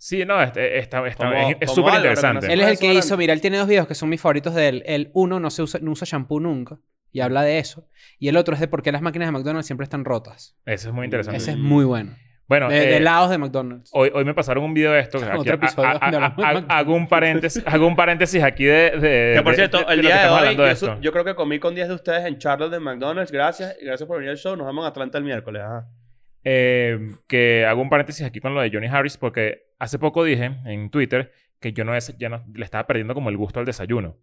Sí, no, este- esta- esta-
Como-
es- es
como
súper
Álvaro, que
interesante.
no
Él es el
eso
que
ahora-
hizo... Mira, él tiene dos videos que son mis favoritos de él. El uno no, se usa, no usa champú nunca. Y habla de eso. Y el otro es de por qué las máquinas de McDonald's siempre están rotas.
Ese es muy interesante.
Ese es muy bueno.
Bueno,
De, de
eh,
helados de McDonald's.
Hoy, hoy me pasaron un video de esto.
*laughs* Otro
Aquí, a-
episodio
a- a-
donde hablamos
a-
de McDonald's.
hago, un paréntesis, hago un paréntesis aquí de. de-
Que por
de-
cierto,
de-
el
de lo que
día de
eh, estamos
hoy,
hablando de
yo,
esto.
su- yo creo que comí con 10 de ustedes en Charlotte de McDonald's. Gracias. y Gracias por venir al show. Nos vemos en Atlanta el miércoles. ajá.
Eh, que hago un paréntesis aquí con lo de Johnny Harris, porque hace poco dije en Twitter que yo no es, ya no, le estaba perdiendo como el gusto al desayuno.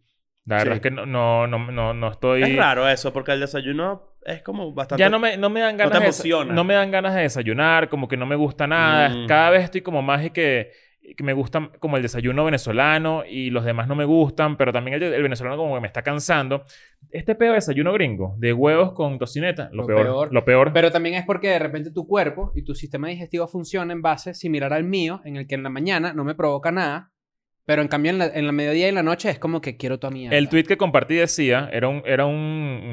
La verdad
Sí.
es que no, no, no, no, no estoy.
Es raro eso, porque el desayuno es como bastante.
Ya no me, no me dan ganas.
te
de desa-
emociona.
no me dan ganas de desayunar, como que no me gusta nada.
Mm.
Cada vez estoy como más y que, que me gusta como el desayuno venezolano y los demás no me gustan, pero también el, de- el venezolano como que me está cansando. Este pedo de desayuno gringo, de huevos con tocineta, lo,
Lo
peor,
peor.
Lo peor.
Pero también es porque de repente tu cuerpo y tu sistema digestivo funciona en base similar al mío, en el que en la mañana no me provoca nada, pero en cambio en la, en la mediodía y la noche es como que quiero toda mierda.
el tweet que compartí decía, era, un, era un-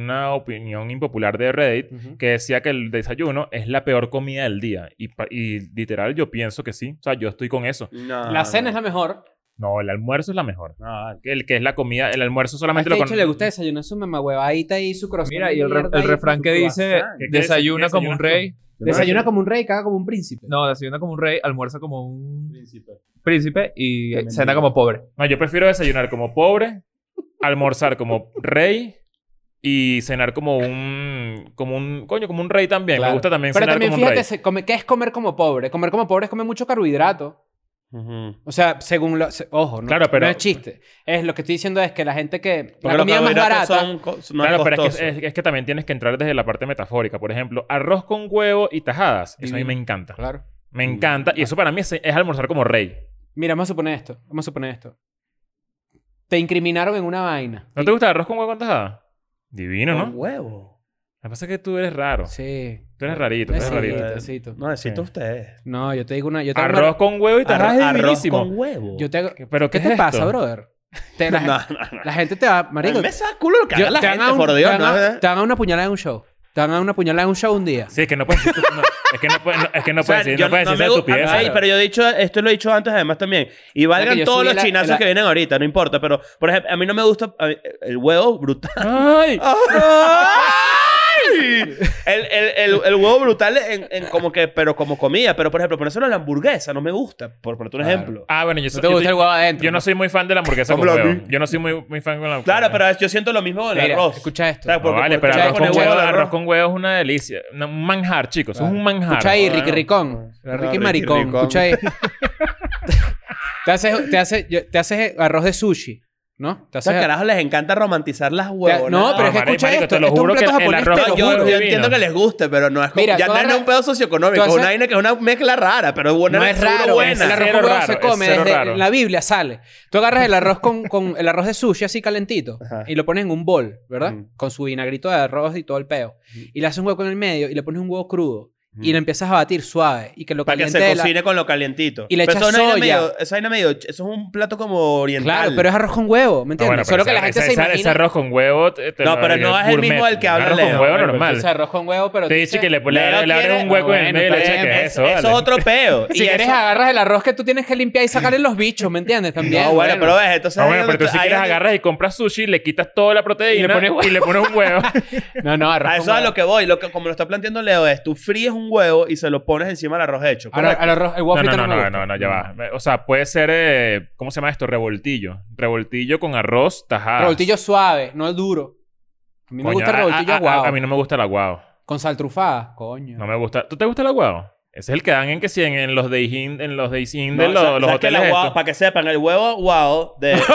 una opinión impopular de Reddit,
Ujú.
que decía que el desayuno es la peor comida del día. Y, pa- y literal, yo pienso que sí. O sea, yo estoy con eso.
No,
Ah,
La cena es la mejor.
No, el almuerzo es la mejor.
No, vale.
El Ah, que es la comida, el almuerzo
A
solamente
este
lo
bicho
con-
le gusta desayunar su mamahuevadita y su croissant.
Mira, y el,
Pues
re-
mierda
el
ahí
refrán
con
que
su
dice,
croissant.
¿Qué- qué
desayuna
desay- qué
como un
desayunas
rey.
Desayuna como un rey, caga como un príncipe.
No, desayuna como un rey, almuerza como un
Príncipe.
príncipe y
Qué
eh, cena
mentira.
como pobre.
No, yo prefiero desayunar como pobre almorzar como rey y cenar como un. Como un. Coño, como un rey también.
Claro.
Me gusta también
Pero
cenar
también
como un rey.
fíjate, se come- ¿qué es comer como pobre? Comer como pobre es comer mucho carbohidrato.
Ujú.
O sea, según lo... se- Ojo, no,
Claro, pero-
no es chiste. Es lo que estoy diciendo es que la gente que...
Porque
la
los
comida más barata...
carbohidratos son co- no
claro, pero es
costosos.
que, es- es que también tienes que entrar desde la parte metafórica. Por ejemplo, arroz con huevo y tajadas. Eso a mí
Divino.
me encanta.
Claro.
Me encanta. Y eso para mí es, es almorzar como rey.
Mira, vamos a suponer esto. Vamos a suponer esto. Te incriminaron en una vaina.
¿No te gusta el arroz con huevo con tajada? Divino, ¿no?
Con huevo.
Lo que pasa es que tú eres raro.
Sí.
Tú eres rarito, tú eres
Sí,
rarito.
necesito.
No, necesito
Sí.
ustedes.
No, yo te digo una... Yo te hago una-
Arroz con huevo y tajadas es
arroz
divinísimo.
con huevo.
yo te hago-
¿Pero
¿Qué
es
te
esto?
pasa, brother?
*laughs*
Te- la,
No,
gente-
no, no.
la gente te va... Marico,
Me saca culo lo que
yo-
haga la
te, van
gente,
a un-
por
te
Dios.
van a-
¿no?
te van a una puñalada en un show. Te van a una puñalada en un show un día.
Sí, es que no puedes decir, no, es que no puedes, no, es que no
*laughs* O sea,
puedes decir,
yo
no puedes
no
decir
me
esa
gu-
estupidez.
Ay, pero yo he dicho, esto lo he dicho antes además también. Y
Porque
valgan
yo
todos
subí
los
la-
chinazos
la-
que vienen ahorita, no importa. Pero, por ejemplo, a mí no me gusta a mí- el huevo brutal.
*laughs* Ay,
¡Ay! El, el, el, el huevo brutal en, en como que, pero como comida. Pero, por ejemplo, por eso no la hamburguesa no me gusta. Por por otro
Claro.
ejemplo.
Ah, bueno, yo,
No
soy-
te
yo
gusta el
soy-
huevo adentro.
yo no soy muy fan de la hamburguesa con
Habla a
huevo.
mí.
Yo no soy muy, muy fan con la
Claro, pero yo siento lo mismo con el
Mira,
arroz. pues,
Escucha esto.
¿Sabes?
No,
Porque-
vale,
porque
pero
le
arroz
con
con,
pones
huevo,
al
arroz con huevo es una delicia. Una- Un manjar, chicos. Es un manjar. Ah,
Escucha ahí,
Claro.
Ricky Ricón.
Claro.
Ricky
Ricky
Maricón.
Ricón. *laughs*
Escucha ahí. te, haces, te, haces, yo- te haces arroz de sushi, ¿no? Te
O sea,
haces-
carajo, les encanta romantizar las
te-
huevos.
no, pero es que
Marico,
escucha
marico,
esto.
te lo
esto es un
juro que
plato
el
japonés,
arroz-
te lo
No, yo,
juro.
yo
divino.
entiendo que les guste, pero no es como.
Mira,
ya
tú
no es
agarras-
un pedo socioeconómico,
tú
es una
haces-
vaina que es una mezcla rara, pero buena
No
en el
es
seguro
raro.
buena.
El arroz
Cero
con huevo
raro,
se come.
es cero
desde-
raro.
en la Biblia sale. Tú agarras el arroz con, con el arroz de sushi así calentito
Ajá.
y lo pones en un bol, ¿verdad?
Mm.
Con su vinagrito de arroz y todo el peo.
Mm.
Ujú.
Y le haces un hueco en el medio y le pones un huevo crudo
Ujú.
y lo empiezas a batir suave y que lo
Para que
caliente
se
de la-
cocine con lo calientito.
Y le
Pero eso
echas
es una vaina
soya.
medio- eso es una medio- eso es un plato como oriental.
Claro, pero es arroz con huevo,
Ah,
¿me entiendes?
bueno, pero
Solo
ese-
que la gente
ese-
se
ese-
imagina
ese arroz con huevo. te- te
No,
lo-
pero no es el
gourmet.
mismo del que habla
Arroz con
Leo.
huevo
Bueno,
normal.
Ese arroz con huevo, pero
Te
tú
dice
dices-
que le, le,
Leo
le abres
quiere-
un hueco
Ah,
en el
pues, bueno,
medio y le
está
echas
bien,
que es
es,
eso.
eso es
vale.
otro
*laughs*
peo.
Si
Y
quieres
eso-
agarras el arroz que tú tienes que limpiar y sacarle los bichos, ¿me
*laughs*
entiendes? También.
No, bueno, pero ves, entonces.
Ah,
ahí
bueno,
donde
pero tú
está-
si
ahí
quieres
donde-
agarras y compras sushi, le quitas toda la proteína y le pones,
pones *laughs* huevo.
un huevo.
No, no, arroz
A eso
con
es a
huevo.
lo que voy. Lo que, como lo está planteando Leo es, tú fríes un huevo y se lo pones encima del arroz hecho.
Ahora, al arroz, el huevo
no,
frito Mm.
no, no,
me
no,
gusta.
no, no, ya va. O sea, puede ser, eh, ¿cómo se llama esto? Revoltillo. Revoltillo con arroz, tajada.
Revoltillo suave, no el duro. A mí me gusta el revoltillo
Ah, a,
aguado.
a mí no me gusta el aguado.
Con sal trufada, coño.
No me gusta. ¿Tú te gusta el aguado? Ese es el que dan en que sí, en, en los Deihin, en los Deihin de
No,
los,
sa-
los
sabes que la
hoteles.
guau-
estos.
para que sepan, el huevo wow
*laughs*
de. *laughs*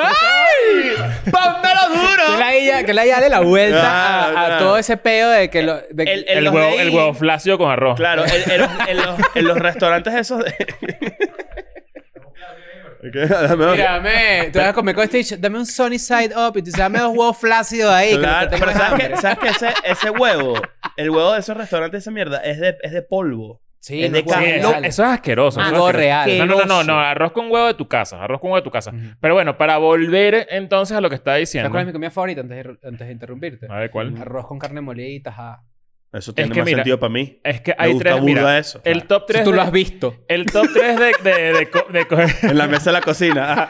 ¡Póntelo
Que
duro!
la idea, que la idea de la vuelta
*laughs*
a- a,
Ah, claro.
todo ese pedo de que lo... de-
El- en
el,
los
huevo,
de
el
ahí-
huevo flácido con arroz.
Claro, en, en los, en los- en los restaurantes esos. De... *laughs* Ok, *laughs* a la mejor.
Mira, dame, te vas a comer con este dicho, dame un sunny side up y te dame dos huevos flácidos ahí. que
Claro,
lo que tengo
pero
es
¿sabes
hambre.
que, ¿sabes que ese, ese huevo, el huevo de esos restaurantes, esa mierda, es de, es de polvo?
Sí,
es de
unos huevos
Sí,
carne.
eso,
reales.
eso es asqueroso. eso es
Algo
asqueroso.
real. Mm.
No, no, no, no, no, arroz con huevo de tu casa, arroz con huevo de tu casa.
Ujú.
Pero bueno, para volver entonces a lo que estaba
¿Te
diciendo.
acuerdas de mi comida favorita antes de, antes de interrumpirte?
A ver, ¿cuál?
Arroz con carne molida y tajada.
Eso tiene
que
más
mira,
sentido para mí.
Es que
Me
hay
gusta
tres,
burda
mira,
eso.
el top
Si
3
tú lo has visto.
El top 3 de, de, de co- *laughs* de co-
*laughs* En la mesa de la cocina. *laughs* Ajá.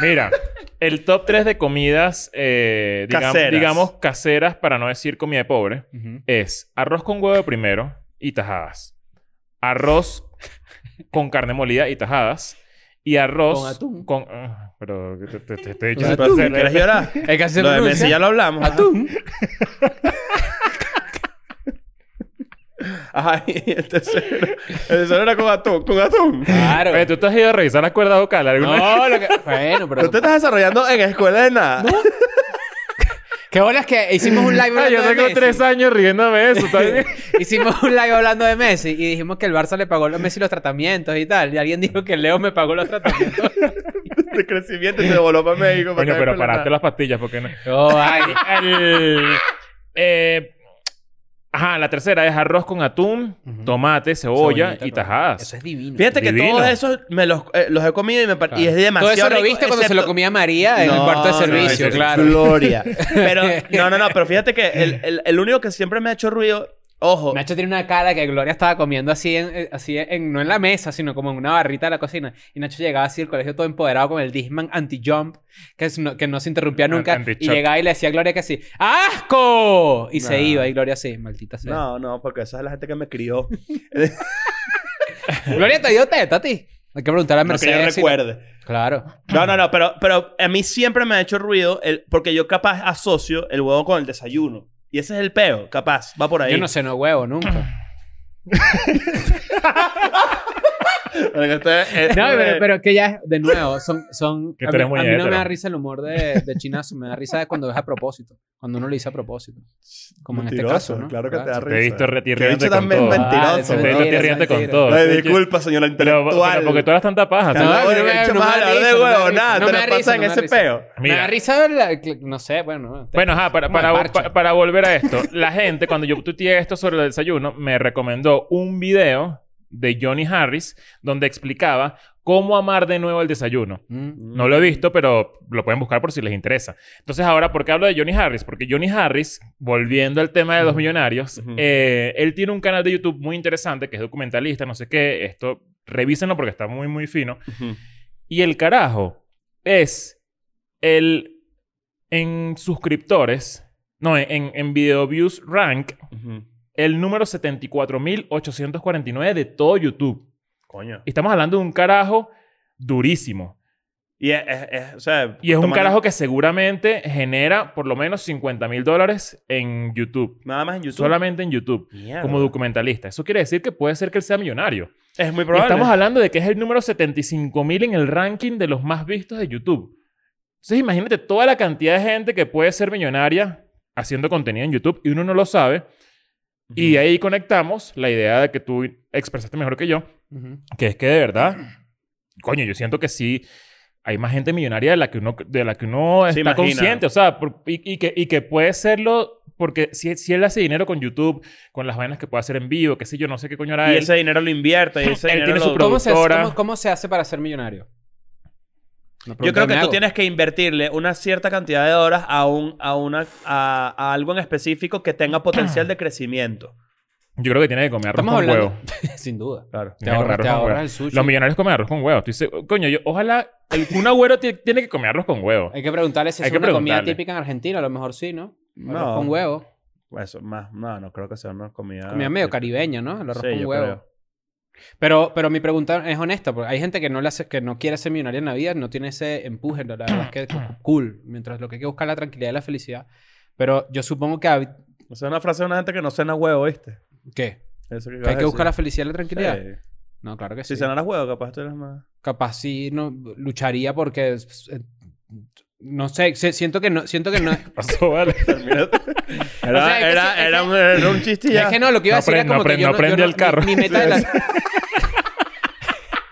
Mira, el top 3 de comidas, eh, digam-
Caseras.
digamos, caseras, para no decir comida de pobre, es arroz con huevo de primero y tajadas. Arroz con carne molida y tajadas. Y arroz...
Con atún.
con- ah, pero te, te- te estoy
Pero,
diciendo...
pero,
eh,
¿Quieres llorar?
El que se
Lo de
pronuncia,
Messi ya lo hablamos. Ajá. *laughs*
Atún.
Ajá, y el tercero. El tercero era con atún. Con atún.
Claro.
Oye, eh, ¿Tú te has ido a revisar las cuerdas vocales alguna vez?
No, lo que... Bueno, pero...
No te estás desarrollando en escuela de nada.
Qué bolas que hicimos un live
Ah,
hablando
*laughs* yo
de
tengo
Messi.
tres años riéndome de eso.
*laughs*
¿también?
Hicimos un live hablando de Messi y dijimos que el Barça le pagó a Messi los tratamientos y tal. Y alguien dijo que Leo me pagó los tratamientos.
De crecimiento y te devoló para México.
Coño,
estar en
pero
escuela de
parate
nada.
las pastillas porque no...
Oh, ay.
El- eh, ajá, la tercera es arroz con atún,
Ujú.
tomate, cebolla
Cebollita,
y
claro.
tajadas.
Eso es divino.
Fíjate que
Divino.
todos esos me los, eh, los he comido y me par- y es
Todo
demasiado
eso lo
rico,
viste cuando se
excepto-
lo comía María en el
No,
cuarto de
no,
servicio,
eso es
claro.
Gloria. *laughs* Pero, no, no, no, pero fíjate que el, *laughs* el, el único que siempre me ha hecho ruido, ojo,
Nacho tiene una cara que Gloria estaba comiendo así, en, eh, así en- no en la mesa, sino como en una barrita de la cocina. Y Nacho llegaba así al colegio todo empoderado con el Disman anti-jump, que, es no, que no se interrumpía nunca. Y
anti-chop.
llegaba y le decía a Gloria que así, ¡asco! Y
No.
se iba. Y Gloria así, maldita sea.
no, no, porque esa es la gente que me crió.
Gloria te dio teta a ti. Hay que preguntar Ah, a
No que yo
Mercedes. si-
recuerde.
Claro.
No, no, no, pero, pero a mí siempre me ha hecho ruido el, porque yo capaz asocio el huevo con el desayuno. Y ese es el peo, capaz, va por ahí.
Yo no sé, no
*clears throat*
huevo nunca.
Pero que ustedes- eh,
*laughs* No, pero, pero que ya, de nuevo, son... son
*laughs* Que
a,
tú
mí,
eres muy
a mí no
hétero.
me da risa el humor de, de chinazo. Me da risa de cuando es a propósito. Cuando uno lo dice a propósito. Como en este
Mentiroso,
caso, ¿no?
Claro que te da
Te he
risa.
visto re-
Que
riéndote con
bicho también
todo. Ah,
ven- mentiroso,
eso es
Te
¿no?
he visto
mentira,
riéndote
eso
con
es mentira.
todo.
Ay, disculpa, señora
Pero,
intelectual.
porque tú eras tanta paja.
No,
¿sabes?
No,
no me-
no,
no me
más
da
hablar de
risa, no me da
huevo, nada. Te
risa, no
la
me da risa,
pasas en
no me da
ese
risa.
peo.
Me da
Mira,
risa, la- no sé, bueno. te-
Bueno, ajá, para,
Como de
para,
parche.
pa- para volver a esto, la gente, cuando yo tuiteé esto sobre el desayuno, me recomendó un video de Johnny Harris donde explicaba cómo amar de nuevo el desayuno.
Mm.
No lo he visto, pero lo pueden buscar por si les interesa. Entonces, ahora, ¿por qué hablo de Johnny Harris? Porque Johnny Harris, volviendo al tema de los
Ujú.
millonarios,
Ujú.
eh, él tiene un canal de YouTube muy interesante que es documentalista, no sé qué. Esto, revísenlo porque está muy, muy fino. Y el carajo es el en suscriptores, no, en, en video views rank, el número 74.849 de todo YouTube.
Coño.
Y estamos hablando de un carajo durísimo.
Y es, es- es- o sea,
Y es un
tomando-
carajo que seguramente genera por lo menos 50 mil dólares en YouTube.
Nada más en YouTube.
Solamente en YouTube.
Mierda.
Como documentalista. Eso quiere decir que puede ser que él sea millonario.
Es muy
Y
probable.
estamos hablando de que es el número 75 mil en el ranking de los más vistos de YouTube. Entonces imagínate toda la cantidad de gente que puede ser millonaria haciendo contenido en YouTube y uno no lo sabe. Y ahí conectamos la idea de que tú expresaste mejor que yo,
Ujú.
que es que de verdad, coño, yo siento que sí hay más gente millonaria de la que uno, de la que uno
Se
está
imagina.
consciente, o sea, por- y, y que, y que puede serlo porque si, si él hace dinero con YouTube, con las vainas que puede hacer en vivo, qué sé yo, no sé qué coño hará
Y
él.
ese dinero lo invierte. Y
*laughs*
ese
Él
dinero
tiene
lo-
su
¿Cómo se, hace,
productora.
cómo- cómo se hace para ser millonario? Una
Yo
pregunta
creo
me
que tú
hago.
tienes que invertirle una cierta cantidad de horas a, un, a, una, a, a algo en específico que tenga potencial de crecimiento.
Yo creo que tiene que comer arroz
Estamos
con
hablando.
huevo.
*laughs* Sin duda.
Claro.
Te
Tiene que comer
ahorras, te
arroz con huevo.
ahorras el sushi.
Los millonarios comen arroz con huevo. Tú dices, coño, yo, ojalá el Kun Agüero ti- tiene que comer arroz con
*laughs*
huevo.
Hay que preguntarle si
Hay
es
que
una comida
preguntarle.
típica en Argentina. A lo mejor sí, ¿no?
No.
Arroz con huevo.
Eso, más, no, no creo que sea una comida.
Comida medio caribeña, ¿no? El arroz
Sí,
con
yo
huevo.
creo.
Pero, pero mi pregunta es honesta, porque hay gente que no, le hace, que no quiere ser millonaria en la vida, no tiene ese empuje, la verdad es que cool, mientras lo que hay que buscar es la tranquilidad y la felicidad. Pero yo supongo que... hab-
Esa es una frase de una gente que no cena huevo, ¿viste?
¿Qué?
Eso que
¿Que hay que buscar la felicidad y la tranquilidad?
felicidad.
No, claro que sí.
Si cenaras huevo, capaz tú eres *laughs* más.
capaz sí no lucharía porque eh, no sé, se- siento que no siento que no
Pasó, vale.
Termina-
O sea,
era,
es que sí,
era,
es
era
que-
un, era un chiste y ya.
es que no lo que iba a
No
decir era
aprende-
como
no
que
aprende-
yo
no
no,
aprende
yo
el carro.
mi, mi meta de
*laughs*
la...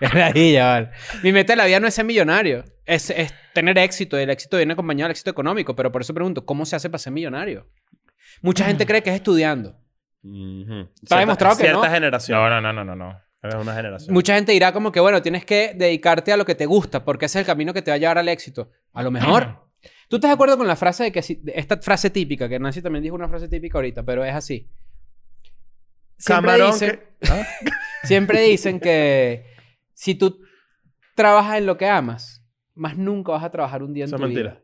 Era ahí, ya, vale. Mi meta de la vida no es ser millonario, es, es tener éxito, el éxito viene acompañado del éxito económico, pero por eso pregunto, ¿cómo se hace para ser millonario? Mucha gente cree que es estudiando.
Ujú.
Está demostrado que
cierta
no.
Cierta generación.
No, no, no, no, no, no.
Eres una generación.
Mucha gente dirá como que, bueno, tienes que dedicarte a lo que te gusta, porque ese es el camino que te va a llevar al éxito. A lo mejor. ¿Tú estás de acuerdo con la frase de que si- de esta frase típica, que Nancy también dijo una frase típica ahorita, pero es así? Siempre,
Camarón
dicen,
que- ¿Ah?
*laughs* siempre dicen que si tú trabajas en lo que amas, más nunca vas a trabajar un día en
Eso es
tu vida.
mentira.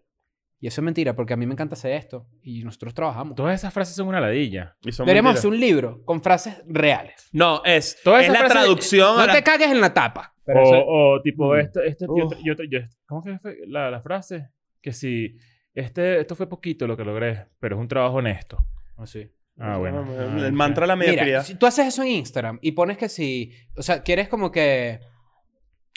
Y eso es mentira, porque a mí me encanta hacer esto y nosotros trabajamos.
Todas esas frases son una ladilla.
Y son
Deberíamos
mentiras.
hacer un libro con frases reales.
No, es,
Todas
es
esas
la
frases-
traducción a
No
la-
te cagues en la tapa. Pero
o,
eso-
o tipo,
Mm.
esto, esto,
Uf.
yo, yo- yo- ¿cómo que fue la, la frase? Que si, este, esto fue poquito lo que logré, pero es un trabajo honesto.
Así.
Ah, bueno. Ah,
El
ok.
mantra de la
Mira,
mediocridad.
si tú haces eso en Instagram y pones que si, o sea, quieres como que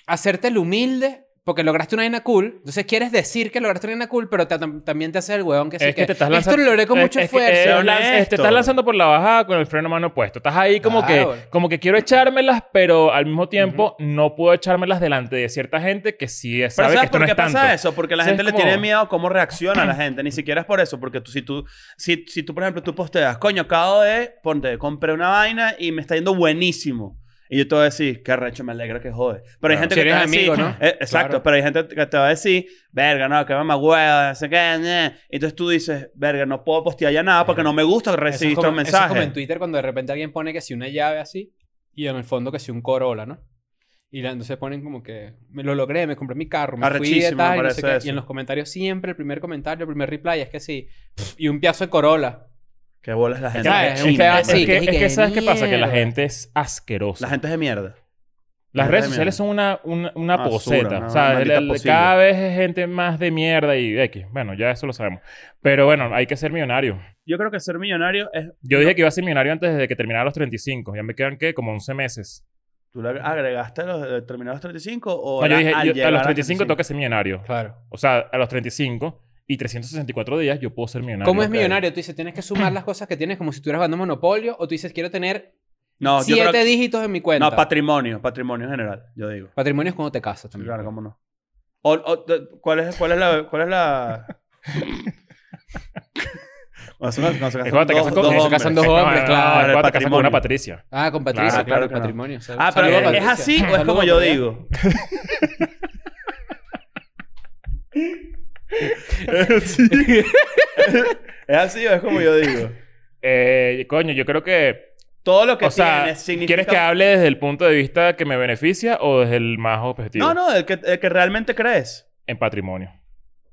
hacerte el humilde porque lograste una vaina cool, entonces quieres decir que lograste una vaina cool, pero ta- tam- también te haces el huevón que sí
Es que te estás
Esto
lanzando-
lo logré con
es-
mucho
es que, eh,
esfuerzo.
Sé
lanz-
honesto.
te estás lanzando por la bajada con el freno a mano puesto. Estás ahí como,
Claro.
que, como que quiero echármelas, pero al mismo tiempo no puedo echármelas delante de cierta gente que sí
Pero
sabe que
¿sabes
esto
por
no
qué
es tanto.
pasa eso? Porque la
O sea,
gente
es
le
como-
tiene miedo a cómo reacciona la gente. Ni siquiera es por eso. Porque tú, si, tú, si, si tú, por ejemplo, tú posteas, coño, acabo de, ponte, compré una vaina y me está yendo buenísimo. Y yo te voy a decir, qué recho, me alegra que jode. Pero hay
Claro.
gente
Si
que te
eres
va a decir,
amigo, ¿no?
*laughs* eh, exacto,
Claro.
pero hay gente que te va a decir, verga, no, que mamá hueva, no sé qué, ne". Entonces tú dices, verga, no puedo postear ya nada porque no me gusta
Eso es
recibir
como-
estos
Eso es como
mensajes.
en Twitter cuando de repente alguien pone que si una llave así y en el fondo que si un Corolla, ¿no? Y la- entonces ponen como que me lo logré, me compré mi carro, me fui de
Arrechísimo,
tal,
me
y, no sé
parece
qué.
eso.
y en los comentarios siempre el primer comentario, el primer reply es que sí, "Pff, y un piazo de Corolla.
Que bolas la gente.
Claro,
es
es un
chimba.
pedazo
Es
así.
que,
Sí,
es que
que
¿sabes qué pasa? Que la
mierda.
gente es asquerosa.
La gente es de mierda.
Las
Mierda
redes
de
sociales
mierda.
son una, una, una
Basura,
poseta.
Ah, una
o sea,
maldita
el- el-
posilla.
cada vez es gente más de mierda y X. Bueno, ya eso lo sabemos. Pero bueno, hay que ser millonario.
Yo creo que ser millonario es.
Yo dije que iba a ser millonario antes de que terminara los 35. Ya me quedan, ¿qué? Como 11 meses.
¿Tú le agregaste a los, eh, terminados los 35 o
No, yo
era
dije,
al
yo- a
llegar
los 35 tengo que ser millonario.
Claro.
O sea, a los 35 y 364 días yo puedo ser millonario.
¿Cómo es
Ok.
millonario? Tú dices, tienes que sumar las cosas que tienes como si estuvieras jugando Monopolio o tú dices, quiero tener
No, yo
siete
creo que-
dígitos en mi cuenta.
No, patrimonio, patrimonio en general, yo digo.
Patrimonio es cuando te casas también.
Claro, cómo no. O, o- de- ¿cuál, es, ¿Cuál es la. ¿Cuál es la.?
*laughs*
Cuando se- cuando se
Es
casan
cuando te
dos-
casas con
dos
cuando se
hombres. Ah,
casan dos hombres,
es
claro.
cuando te casas con
Patrimonio.
una Patricia.
Ah, con Patricia,
Claro,
claro,
claro que no.
patrimonio. Sal-
Ah,
saludos,
pero ¿es
Patricia.
así o es
Saludos,
como yo
Patricia.
digo?
*laughs*
*laughs* ¿Es así o es como yo digo?
Eh, coño, yo creo que...
Todo lo que
o sea,
tienes significa...
¿quieres que hable desde el punto de vista que me beneficia o desde el más objetivo?
No, no, el que, el que realmente crees.
En patrimonio.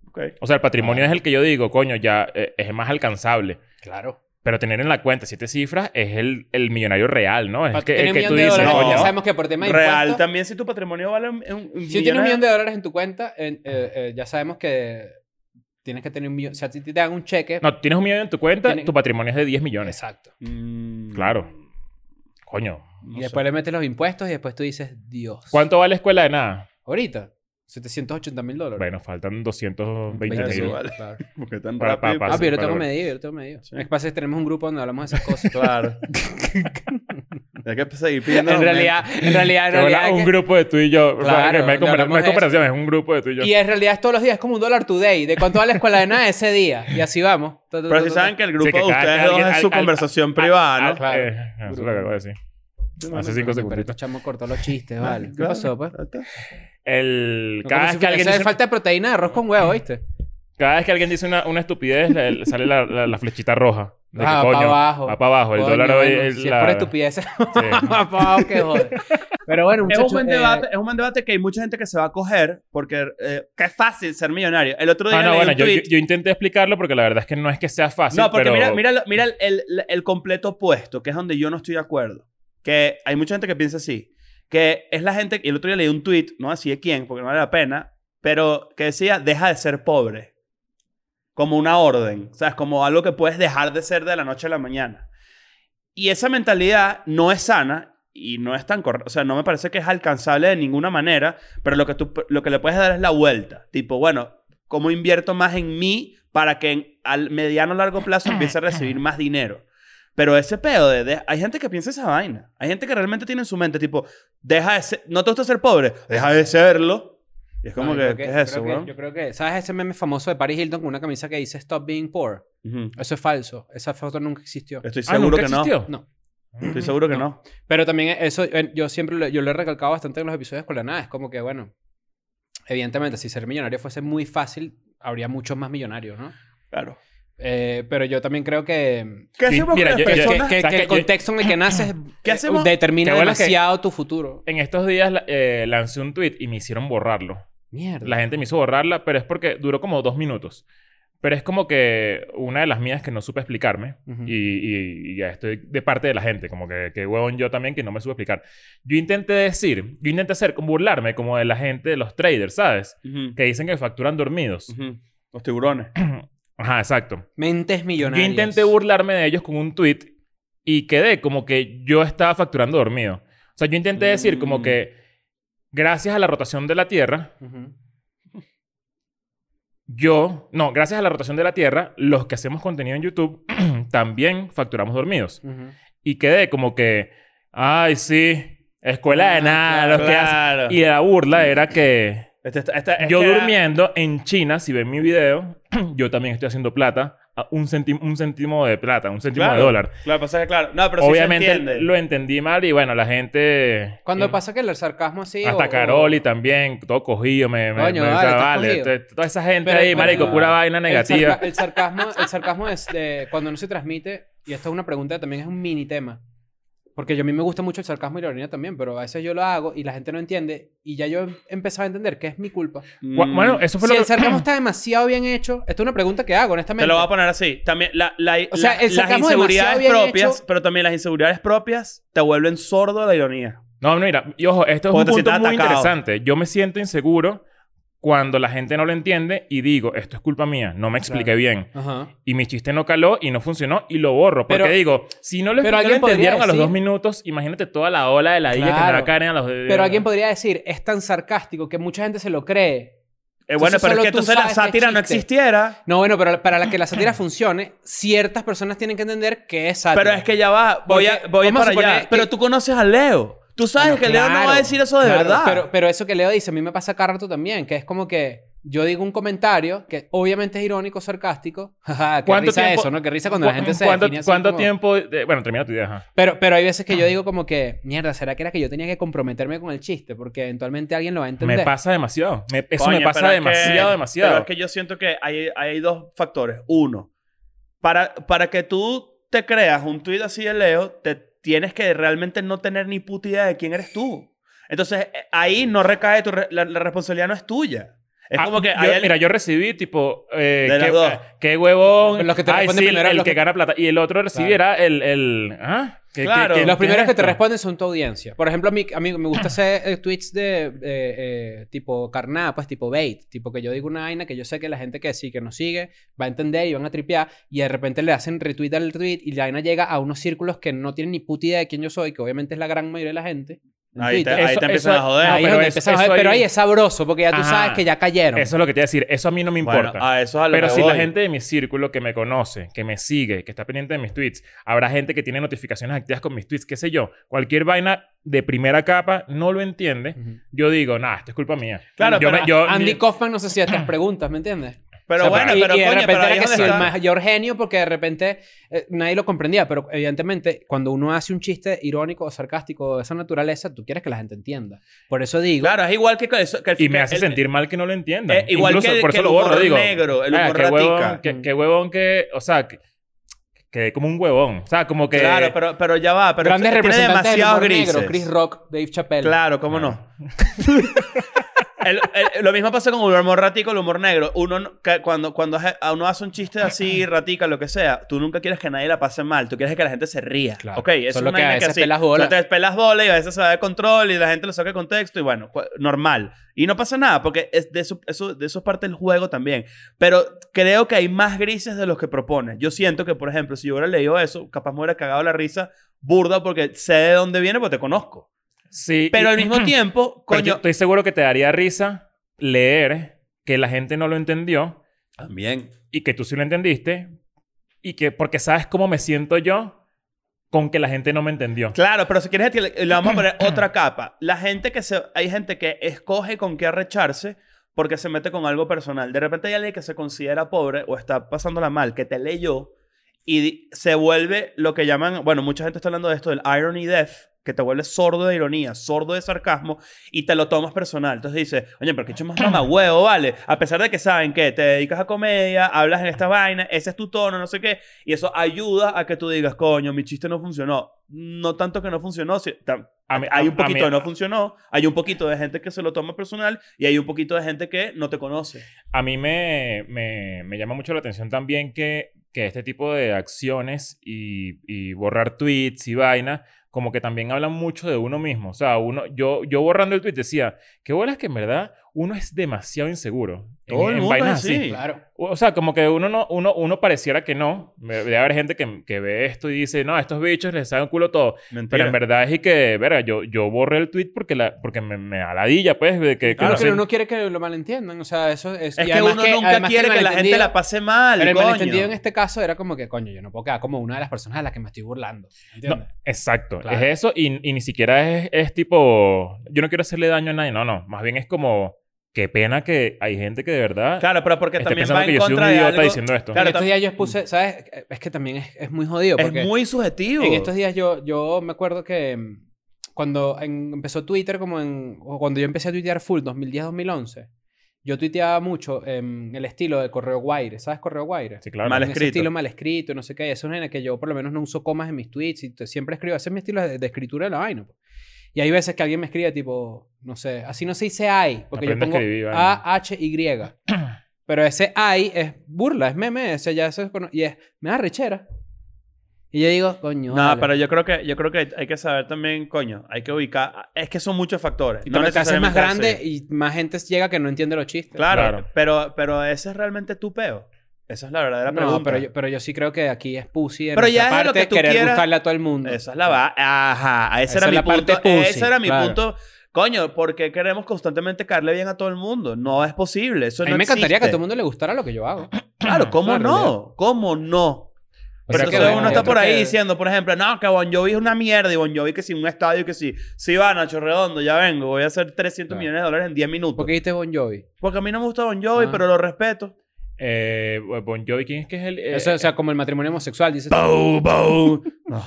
Ok.
O sea, el patrimonio es el que yo digo, coño, ya eh, es más alcanzable.
Claro.
Pero tener en la cuenta siete cifras es el, el millonario real, ¿no? Es el
Para
que,
tener
el
un
que
millón
tú
de
dices,
dólares,
no.
ya
coño.
sabes que por tema de
Real
impuestos...
también si tu patrimonio vale un, un- un
Si tienes un
de-
millón de dólares en tu cuenta, en- eh, eh, ya sabemos que tienes que tener un millón. O sea, si te dan un cheque...
No, tienes un millón en tu cuenta,
Tiene-
tu patrimonio es de 10 millones.
Exacto.
Mm,
Claro. Coño.
no
y después
sé.
le metes los impuestos y después tú dices, Dios.
¿Cuánto vale escuela de nada?
Ahorita, 780 mil dólares.
Bueno, faltan 220
Veinte
mil.
mil.
Claro.
Porque tan
Para-
rápido.
*laughs* para-
Ah, pero yo
para-
tengo medido, yo tengo medido.
Sí.
Lo que pasa es que tenemos un grupo donde hablamos de esas *laughs* cosas.
Claro. Hay que seguir pidiendo.
en, realidad, en realidad, en
Que
realidad,
hola, un
que-
grupo de tú y yo. O sea,
Claro,
que no hay,
donde
compara- no
hablamos
hay
de
comparación, es un grupo de tú y yo.
Y en realidad es todos los días, es como un dólar today. ¿De cuánto vale la escuela de nada ese día? Y así vamos. Ta, ta,
Pero
ta,
si
ta,
saben
ta.
que el grupo
que
de
cada-
ustedes
cada
dos
quien-
es su
al- al-
conversación privada, ¿no?
Ah,
Claro.
eh, eso es lo que acabo de decir. Hace cinco
Coño, Pero
segunditos.
estos chamos cortó los chistes, vale. ¿Qué
Claro.
pasó, pues?
Ahí está.
El,
No,
cada,
como
vez que
si
alguien
fuera- eso es
dice,
falta de proteína, arroz con huevo, ¿viste?
cada vez que alguien dice una, una estupidez, le- le sale la, la- la flechita roja. De que,
Ah,
coño,
pa' abajo.
Va para abajo. El
Coño,
dólar hoy
bueno,
es
si
la...
es por estupidez,
*laughs*
*laughs*
Sí.
más pa' abajo que jode. Pero bueno,
Es
muchachos.
un, buen
eh,
debate, es un buen debate que hay mucha gente que se va a coger porque eh, que es fácil ser millonario. El otro día
Ah, no,
leí
bueno,
un
yo,
tweet.
yo- yo intenté explicarlo porque la verdad es que no es que sea fácil.
no, porque
pero...
mira, mira, lo- mira el, el- el completo opuesto, que es donde yo no estoy de acuerdo. Que hay mucha gente que piensa así. Que es la gente... Y el otro día leí un tweet, no así de quién, porque no vale la pena, pero que decía, deja de ser pobre. Como una orden. O sea, es como algo que puedes dejar de ser de la noche a la mañana. Y esa mentalidad no es sana y no es tan correcta. O sea, no me parece que es alcanzable de ninguna manera, pero lo que, tú, lo que le puedes dar es la vuelta. Tipo, bueno, ¿cómo invierto más en mí para que en- al mediano o largo plazo empiece a recibir más dinero? Pero ese pedo de, de- Hay gente que piensa esa vaina. Hay gente que realmente tiene en su mente, tipo, deja de ser... ¿No te gusta ser pobre? Deja de serlo. Y es como
no, yo
que,
creo
¿qué es
creo
eso,
que-
weón?
Yo creo que... ¿Sabes ese meme famoso de Paris Hilton con una camisa que dice Stop being poor?
Ujú.
Eso es falso. Esa foto nunca existió.
Estoy
Ah,
seguro
¿nunca
que no.
existió?
No.
Estoy seguro que no.
Pero también eso, eh, yo siempre lo, yo lo he recalcado bastante en los episodios con la nada. Es como que, bueno, evidentemente, si ser millonario fuese muy fácil, habría muchos más millonarios, ¿no?
Claro.
Eh, pero yo también creo que,
¿Qué
Sí,
hacemos
mira,
con
yo- yo-
las
que, que-
personas?
que-
¿sabes
que
qué?
el contexto
*clears throat*
en el que naces
¿Qué
eh,
hacemos?
determina
Qué bueno que-
demasiado tu futuro.
En estos días la- eh, lancé un tweet y me hicieron borrarlo.
Mierda.
La gente me hizo borrarla, pero es porque duró como dos minutos. Pero es como que una de las mías que no supe explicarme.
Ujú.
y, y- y ya estoy de parte de la gente. Como que, que huevón yo también que no me supe explicar. Yo intenté decir, yo intenté hacer, como burlarme como de la gente, de los traders, ¿sabes?
Ujú.
Que dicen que facturan dormidos.
Ujú. Los tiburones.
Ajá, exacto.
Mentes
Yo
millonarias.
intenté burlarme de ellos con un tweet y quedé como que yo estaba facturando dormido. O sea, yo intenté decir como
Mm.
que gracias a la rotación de la Tierra,
Ujú.
yo, no, gracias a la rotación de la Tierra, los que hacemos contenido en YouTube *clears throat* también facturamos dormidos.
Ujú.
Y quedé como que, ay, sí, escuela de
Ah,
nada,
claro,
los que hacen.
Claro.
Y la burla era que
Este- este- este- es
yo
que era-
durmiendo en China, si ven mi video, *clears throat* yo también estoy haciendo plata, a un, centim- un céntimo de plata, un céntimo de
Claro.
dólar.
Claro, pasa que claro. No, pero sí se
Obviamente
entiende.
lo entendí mal y bueno, la gente...
Cuando
Mm.
pasa que el sarcasmo así.
Hasta
o-
Caroli también, todo cogido, me... me,
Coño,
me-
vale,
o sea,
estás
vale,
cogido.
t- toda esa gente
Pero-
ahí,
pero-
marico, pura vaina
El sarca-
negativa.
El, sarcasmo, el sarcasmo es de- cuando no se transmite, y esto es una pregunta que también es un mini tema. Porque yo a mí me gusta mucho el sarcasmo y la ironía también, pero a veces yo lo hago y la gente no entiende. Y ya yo he empezado a entender que es mi culpa.
Mm.
Gua- Bueno, eso fue
Mm. Si
lo
el
que...
sarcasmo está demasiado bien hecho, esta es una pregunta que hago, honestamente.
Te lo voy a poner así. También la, la-
O sea,
la-
el
las
sarcasmo
inseguridades
demasiado bien
propias,
hecho-
pero también las inseguridades propias te vuelven sordo a la ironía.
*clears throat* No, mira, y ojo, esto es
Porque te
un punto
sientes
muy
atacado.
interesante. Yo me siento inseguro cuando la gente no lo entiende y digo, esto es culpa mía, no me expliqué
Claro.
bien.
Ajá.
Y mi chiste no caló y no funcionó y lo borro. Porque
Pero-
digo, si no lo,
pero
no lo
alguien podría
entendieron a los
decir-
dos minutos, imagínate toda la ola de la isla que me
Claro.
va a caer a los
Pero alguien podría decir, es tan sarcástico que mucha gente se lo cree.
Eh, bueno, pero
Entonces,
es
solo
que
tú
entonces la
sabes que
sátira no
existe.
existiera.
No, bueno, pero para la que la sátira funcione, ciertas personas tienen que entender que es sátira.
Pero es que ya va, voy,
Porque
a, voy
vamos a
para allá.
suponer que-
Pero tú conoces a Leo. Tú sabes
Bueno,
que Leo no
claro,
va a decir eso de
claro,
verdad.
Pero, pero eso que Leo dice, a mí me pasa cada rato también, que es como que yo digo un comentario que obviamente es irónico, sarcástico. *laughs* Jaja, qué
¿Cuánto
risa
tiempo-
eso, ¿no? Qué risa cuando la gente se
¿Cuánto,
define así
cuánto
como-
tiempo? de- bueno, termina tu idea. ajá.
Pero, pero hay veces que yo digo como que, mierda, ¿será que era que yo tenía que comprometerme con el chiste? Porque eventualmente alguien lo va a entender.
Me pasa demasiado. Me- eso
Coño,
me pasa
pero es
demasiado,
que-
demasiado.
Pero es que yo siento que hay, hay dos factores. Uno, para, para que tú te creas un tuit así de Leo, te tienes que realmente no tener ni puta idea de quién eres tú. Entonces, eh, ahí no recae tu... re- la, la responsabilidad no es tuya. Es
Ah,
como que...
yo-
hay alguien-
Mira, yo recibí tipo... eh,
De las
qué,
dos.
qué huevón.
Pero los que te
Ay,
responden
sí,
primero,
el
los
que
que-
gana plata. Y el otro recibiera el... el ¿ah? ¿Qué- qué-
Claro.
qué- qué
Los
Los
es
primeros que te
esto? Ah.
responden son tu audiencia. Por ejemplo, a mí, a mí me gusta hacer eh, tweets de eh, eh, tipo carnada, pues tipo bait. Tipo que yo digo una vaina que yo sé que la gente que sí, que nos sigue, va a entender y van a tripear. Y de repente le hacen retweet al tweet y la vaina llega a unos círculos que no tienen ni puta idea de quién yo soy, que obviamente es la gran mayoría de la gente. en
Ahí te,
Twitter.
ahí
Eso-
te empiezan
eso-
a joder.
Ahí es
pero
donde
eso-
empezamos a ver,
eso
pero
ahí-
ahí es sabroso porque ya tú
Ajá.
sabes que ya cayeron.
Eso es lo que te iba a decir. Eso a mí no me
Bueno,
importa.
a eso es a lo
Pero
que
si la
voy.
gente de mi círculo que me conoce, que me sigue, que está pendiente de mis tweets, habrá gente que tiene notificaciones activas con mis tweets, qué sé yo, cualquier vaina de primera capa no lo entiende,
Ujú.
yo digo, nah, esto es culpa mía.
Claro,
yo
pero
me- yo-
Andy
ni-
Kaufman no se hacía estas preguntas, ¿me entiendes?
Pero
O sea,
bueno,
y-
pero
y de
coño,
repente
pero ahí
era que
es donde
sí, el
está-
mayor genio porque de repente eh, nadie lo comprendía, pero evidentemente cuando uno hace un chiste irónico o sarcástico de esa naturaleza, tú quieres que la gente entienda. Por eso digo,
Claro, es igual que, eso- que el-
Y me
que
hace
el-
sentir mal que no lo entiendan.
Eh, igual
Incluso,
que el-
por
que
eso lo
el
borro,
humor
digo.
negro, el
"Ah,
humor
qué huevón,
ratica".
qué, qué huevón que... O sea, que, que como un huevón. O sea, como que...
Claro, pero, pero ya va. Pero este
grandes
tiene
representantes del
demasiados
humor
grises.
negro, Chris Rock, Dave Chappelle.
Claro, cómo no. *laughs* El- el- lo mismo pasa con el humor ratico, el humor negro. Uno, no- que cuando, cuando hace- a uno hace un chiste
*clears throat*
así, ratica, lo que sea, tú nunca quieres que nadie la pase mal. Tú quieres que la gente se ría.
Claro.
Ok, eso es
Solo
una
que a
vaina
veces
así,
pelas bola.
o sea, te pelas bola y a veces se da de control y la gente lo saca de contexto y bueno, cu- normal. Y no pasa nada porque es de eso, eso- de eso es parte del juego también. Pero creo que hay más grises de los que propones. Yo siento que, por ejemplo, si yo hubiera leído eso, capaz me hubiera cagado la risa burda porque sé de dónde viene porque te conozco.
Sí,
Pero
y- *clears throat*
al mismo tiempo,
pero yo
coño.
estoy seguro que te daría risa leer que la gente no lo entendió
También.
y que tú sí lo entendiste y que porque sabes cómo me siento yo con que la gente no me entendió.
Claro, pero si quieres que le, le vamos a poner otra capa. La gente que se. Hay gente que escoge con qué arrecharse porque se mete con algo personal. De repente hay alguien que se considera pobre o está pasándola mal, que te leyó y di- se vuelve lo que llaman. Bueno, mucha gente está hablando de esto, del irony death, que te vuelve sordo de ironía, sordo de sarcasmo y te lo tomas personal. Entonces dices, oye, pero qué hecho más mamagüeo, ¿vale? A pesar de que saben que te dedicas a comedia, hablas en esta vaina, ese es tu tono, no sé qué. Y eso ayuda a que tú digas, coño, mi chiste no funcionó. No tanto que no funcionó, si- tam-
A mí-
hay
a-
un
a mí-
poquito de no funcionó, hay un poquito de gente que se lo toma personal y hay un poquito de gente que no te conoce.
A mí me, me- me llama mucho la atención también que, que este tipo de acciones y, y borrar tweets y vaina, como que también hablan mucho de uno mismo. O sea, uno, yo, yo borrando el tweet decía, qué bolas que en verdad uno es demasiado inseguro. en-
Todo el
en
mundo es
vainas
así.
Claro.
O o sea, como que uno no, uno, uno pareciera que no. Me- Debe haber gente que, que ve esto y dice, no, a estos bichos les sale un culo todo.
Mentira.
Pero en verdad es y que, verga, yo, yo borré el tweet porque, la, porque me, me da ladilla, pues, de que, que
Claro,
no
pero
sé-
uno quiere que lo malentiendan. O sea, eso es.
es
y
que
además
uno nunca
además
quiere
el
que la gente
malentendido-
la pase mal.
Pero el
coño.
malentendido en este caso era como que, coño, yo no puedo quedar como una de las personas a las que me estoy burlando. ¿Entiendes?
No, exacto.
Claro.
Es eso y, y ni siquiera es, es tipo, yo no quiero hacerle daño a nadie. No, no. Más bien es como, qué pena que hay gente que de verdad
Claro, pero porque
esté
también
pensando
va
que
en
yo soy un
contra de
idiota
algo.
diciendo esto.
Claro,
en estos
tam-
días yo expuse, ¿sabes? Es que también es, es muy jodido.
Es
porque
muy subjetivo.
En estos días yo, yo me acuerdo que mm, cuando en- empezó Twitter, como en, o cuando yo empecé a tuitear full, 2010-2011, yo tuiteaba mucho em, el estilo de correo guaire. ¿Sabes correo guaire?
Sí, claro.
Mal
En ese
escrito.
estilo mal escrito, no sé qué. Eso es una vaina que yo por lo menos no uso comas en mis tweets y te- siempre escribo. Ese es mi estilo de, de escritura de la vaina. pues. Y hay veces que alguien me escribe tipo, no sé, así no se dice ay, porque
Aprende a
yo pongo
escribir, vaina.
A, H, Y.
*clears throat*
Pero ese ay es burla, es meme, ese ya eso es cono- y es, me da rechera. Y yo digo, coño.
No,
vale.
pero yo creo que yo creo que hay que saber también, coño, hay que ubicar, es que son muchos factores.
Y
no
pero te haces más
necesariamente
grande
así.
y más gente llega que no entiende los chistes.
Claro,
Claro.
pero pero ese es realmente tu peo. Esa es la verdadera pregunta.
No, pero yo, pero yo sí creo que aquí es pussy de
Pero
nuestra
ya es lo
parte
que tú
querer
quieras.
gustarle a todo el mundo.
Esa es la va. Ajá, ese
Esa
era
es
mi
la parte
punto.
pussy,
ese era mi
claro.
punto. Coño, porque queremos constantemente caerle bien a todo el mundo. No es posible. Eso
a mí
no
me encantaría que a
existe.
todo el mundo le gustara lo que yo hago.
Claro, ¿cómo
Claro,
no? ¿Cómo no?
Pero
Pero
es que
entonces
bueno,
uno
yo
está
creo
por ahí
que-
diciendo, por ejemplo, no, que Bon Jovi es una mierda y Bon Jovi que si un estadio que si, si va Nacho Redondo, ya vengo, voy a hacer 300
Claro.
millones de dólares en 10 minutos.
¿Por qué dijiste Bon Jovi?
Porque a mí no me gusta Bon Jovi,
Ah.
pero lo respeto.
Eh, bon Jovi, ¿quién es que es el...? eh,
Eso, o sea, como el matrimonio homosexual, dices.
Bow, bow.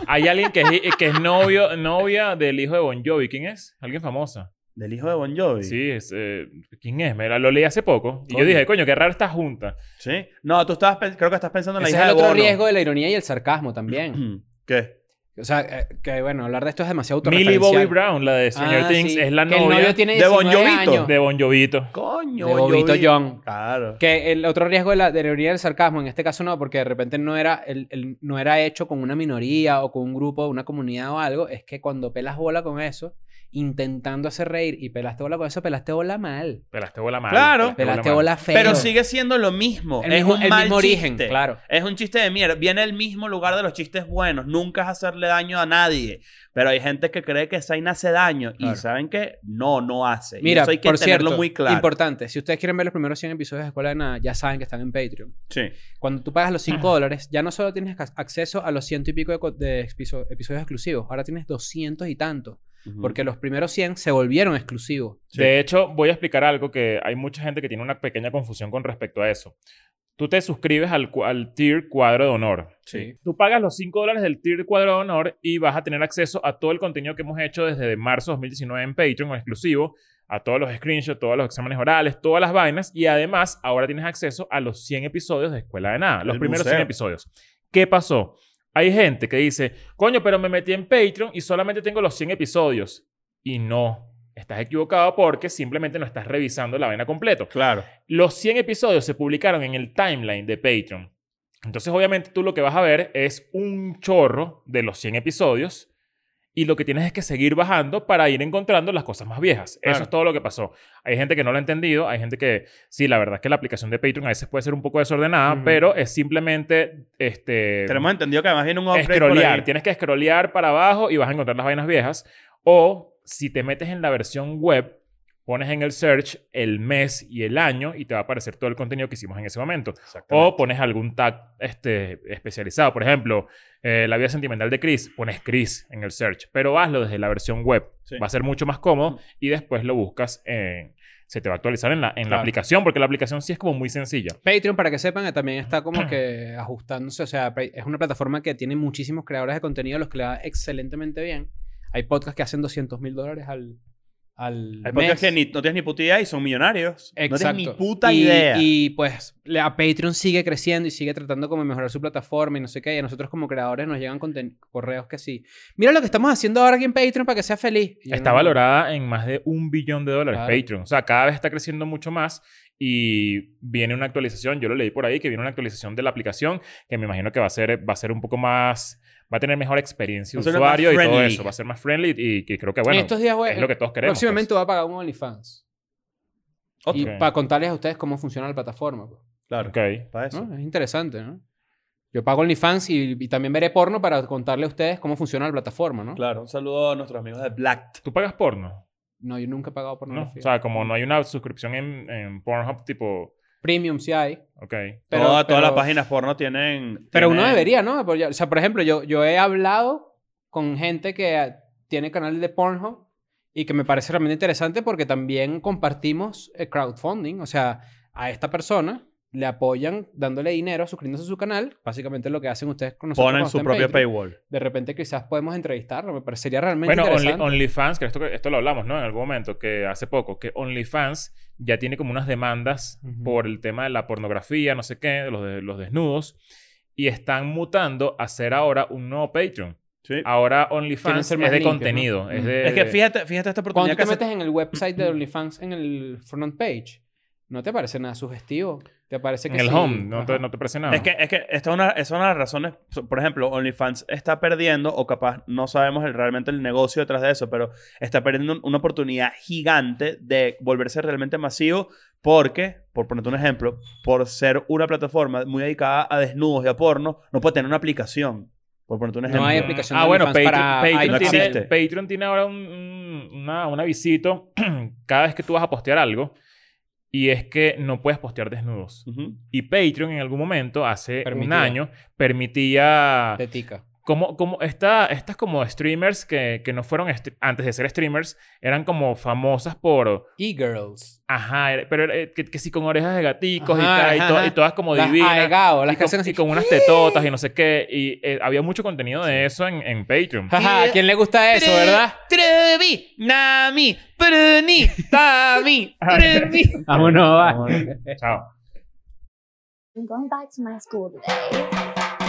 Hay alguien que es, que es novio, novia del hijo de Bon Jovi. ¿Quién es? Alguien famosa.
*laughs* Del hijo de Bon Jovi.
Sí, es, eh, ¿quién es? Me la- lo leí hace poco. Y
Coño.
yo dije, coño, qué raro está junta.
¿Sí? No, tú estabas, pen- creo que estás pensando en la
Ese es
hija
el
de
otro
Bono.
riesgo de la ironía y el sarcasmo
*clears throat*
también.
*clears throat* ¿Qué?
o sea, eh, que bueno, hablar de esto es demasiado
Millie
autorreferencial.
Bobby Brown, la de Stranger
Ah,
Things,
sí.
es la
Que el novio
novia
tiene
de Bon
19
Jovito.
años.
de Bon Jovito.
Coño,
De
Bon
Bobito
Jovi.
John.
Claro.
Que el otro riesgo de la, de la ironía y el sarcasmo, en este caso no, porque de repente no era, el, el- no era hecho con una minoría o con un grupo, una comunidad o algo, es que cuando pelas bola con eso, intentando hacer reír y pelaste bola con eso, pelaste bola mal.
Pelaste bola mal.
Claro.
bola
Pelaste
mal.
bola feo.
Pero sigue siendo lo mismo.
el
es
mismo,
un
el
mal
mismo origen,
chiste.
claro.
Es un chiste de mierda. Viene del mismo lugar de los chistes buenos. Nunca es hacerle daño a nadie. Pero hay gente que cree que esa vaina hace daño.
Claro.
Y ¿saben que No, no hace. Y
Mira,
eso hay que
por
tenerlo
cierto,
muy claro.
importante, si ustedes quieren ver los primeros 100 episodios de Escuela de Nada, ya saben que están en Patreon.
Sí.
Cuando tú pagas los 5 dólares, ya no solo tienes ac- acceso a los ciento y pico de, co- de episo- episodios exclusivos, ahora tienes 200 y tanto,
Ujú.
porque los primeros 100 se volvieron exclusivos.
Sí.
De hecho, voy a explicar algo que hay mucha gente que tiene una pequeña confusión con respecto a eso. Tú te suscribes al, cu- al tier cuadro de honor.
Sí.
Tú pagas los 5 dólares del tier cuadro de honor y vas a tener acceso a todo el contenido que hemos hecho desde marzo de 2019 en Patreon en exclusivo, a todos los screenshots, todos los exámenes orales, todas las vainas. Y además, ahora tienes acceso a los 100 episodios de Escuela de Nada, los
El
primeros
museo.
100 episodios. ¿Qué pasó? Hay gente que dice, coño, pero me metí en Patreon y solamente tengo los 100 episodios. Y no, estás equivocado porque simplemente no estás revisando la vaina completo.
Claro.
Los 100 episodios se publicaron en el timeline de Patreon. Entonces, obviamente, tú lo que vas a ver es un chorro de los 100 episodios y lo que tienes es que seguir bajando para ir encontrando las cosas más viejas. Eso
Claro.
es todo lo que pasó. Hay gente que no lo ha entendido, hay gente que, sí, la verdad es que la aplicación de Patreon a veces puede ser un poco desordenada,
Ujú.
pero es simplemente, este...
Eh, Tenemos entendido que además viene un upgrade por ahí.
Scrollear. Tienes que scrollear para abajo y vas a encontrar las vainas viejas. O si te metes en la versión web, pones en el search el mes y el año y te va a aparecer todo el contenido que hicimos en ese momento. O pones algún tag este, especializado. Por ejemplo, eh, la vida sentimental de Chris. Pones Chris en el search. Pero hazlo desde la versión web.
Sí. Mm.
Va a ser mucho más cómodo y después lo buscas en... Se te va a actualizar en la, en la
Claro.
aplicación porque la aplicación sí es como muy sencilla.
Patreon, para que sepan, eh, también está como que ajustándose. O sea, pa- es una plataforma que tiene muchísimos creadores de contenido, los que le va excelentemente bien. Hay podcasts que hacen 200 mil dólares al, al
Hay
mes.
podcasts que ni- no tienes ni puta idea y son millonarios. No
Exacto.
tienes ni puta
Y-
idea.
Y pues la a Patreon sigue creciendo y sigue tratando como de mejorar su plataforma y no sé qué. Y a nosotros como creadores nos llegan conten- correos que sí. Mira lo que estamos haciendo ahora aquí en Patreon para que sea feliz. Y yo,
Está
no,
valorada en más de un billón de dólares
Claro.
Patreon. O sea, cada vez está creciendo mucho más y viene una actualización. Yo lo leí por ahí que viene una actualización de la aplicación que me imagino que va a ser, va a ser un poco más, va a tener mejor experiencia
Va a
de
ser más
usuario y todo
friendly.
eso. Va a ser más friendly y, que creo que bueno,
en estos días, güey,
es lo que todos queremos.
próximamente
pues.
voy a pagar un OnlyFans. Y
Ok.
para contarles a ustedes cómo funciona la plataforma. pues.
Claro.
Ok.
Para eso.
¿no? Es interesante, ¿no? Yo pago OnlyFans y, y también veré porno para contarle a ustedes cómo funciona la plataforma, ¿no?
Claro. Un saludo a nuestros amigos de Black.
¿Tú pagas porno?
No, yo nunca he pagado porno.
¿No? O sea, como no hay una suscripción en, en Pornhub tipo...
Premium sí hay.
Ok.
Pero,
Toda-
pero-
Todas las páginas porno tienen.
Pero uno
tienen-
debería, ¿no? Por- O sea, por ejemplo, yo, yo he hablado con gente que ah, tiene canales de Pornhub y que me parece realmente interesante porque también compartimos eh, crowdfunding. O sea, a esta persona le apoyan dándole dinero, suscribiéndose a su canal. Básicamente lo que hacen ustedes con nosotros.
Ponen
cuando
su
están en
propio
Patreon.
paywall.
De repente quizás podemos entrevistarlo. Me parecería realmente
Bueno, Only-
interesante.
OnlyFans, que esto, esto lo hablamos, ¿no? En algún momento, que hace poco, que OnlyFans ya tiene como unas demandas
Ujú.
por el tema de la pornografía, no sé qué, de los, de- los desnudos, y están mutando a ser ahora un nuevo Patreon.
Sí.
Ahora
Quieren
OnlyFans
ser
es de
más limpios,
contenido.
¿no?
Es,
Ujú.
de,
Es que fíjate, fíjate esta oportunidad
Cuando
*clears throat*
que
tú te
hace-
metes en el website de OnlyFans en el front page, ¿No te parece nada sugestivo? ¿Te parece que
En el
sí?
home, no te,
Ajá.
no te presionaba.
Es que, es que esta es una, es una de las razones. so- Por ejemplo, OnlyFans está perdiendo, o capaz no sabemos el- realmente el negocio detrás de eso, pero está perdiendo un- una oportunidad gigante de volverse realmente masivo porque, por ponerte un ejemplo, por ser una plataforma muy dedicada a desnudos y a porno, no puede tener una aplicación. Por ponerte un ejemplo.
No hay aplicación
Ah,
de
bueno,
OnlyFans
Patreon,
para
Patreon
iPhone.
tiene,
existe.
Patreon tiene ahora un, un- una, una visita *clears throat* cada vez que tú vas a postear algo. Y es que no puedes postear desnudos.
Ujú.
Y Patreon en algún momento, hace un
Permitía.
año, permitía...
Tetica.
Como, como esta- estas como streamers que, que no fueron, str- antes de ser streamers, eran como famosas por...
E-girls.
Ajá, era- pero era- eh, que, que sí con orejas de gaticos y,
Ajá,
tal, y
ajá,
to-
ajá.
y todas como
Las
divinas.
aegao,
Y
las que hacen
con,
así.
y con unas tetotas y no sé qué. Y eh, había mucho contenido de eso en, en Patreon.
Ajá, ¿a quién le gusta eso, verdad?
Trevi, Nami,
*laughs*
Bruni, Tami.
*laughs* Vámonos, va.
Chao.
I'm going back to my school today.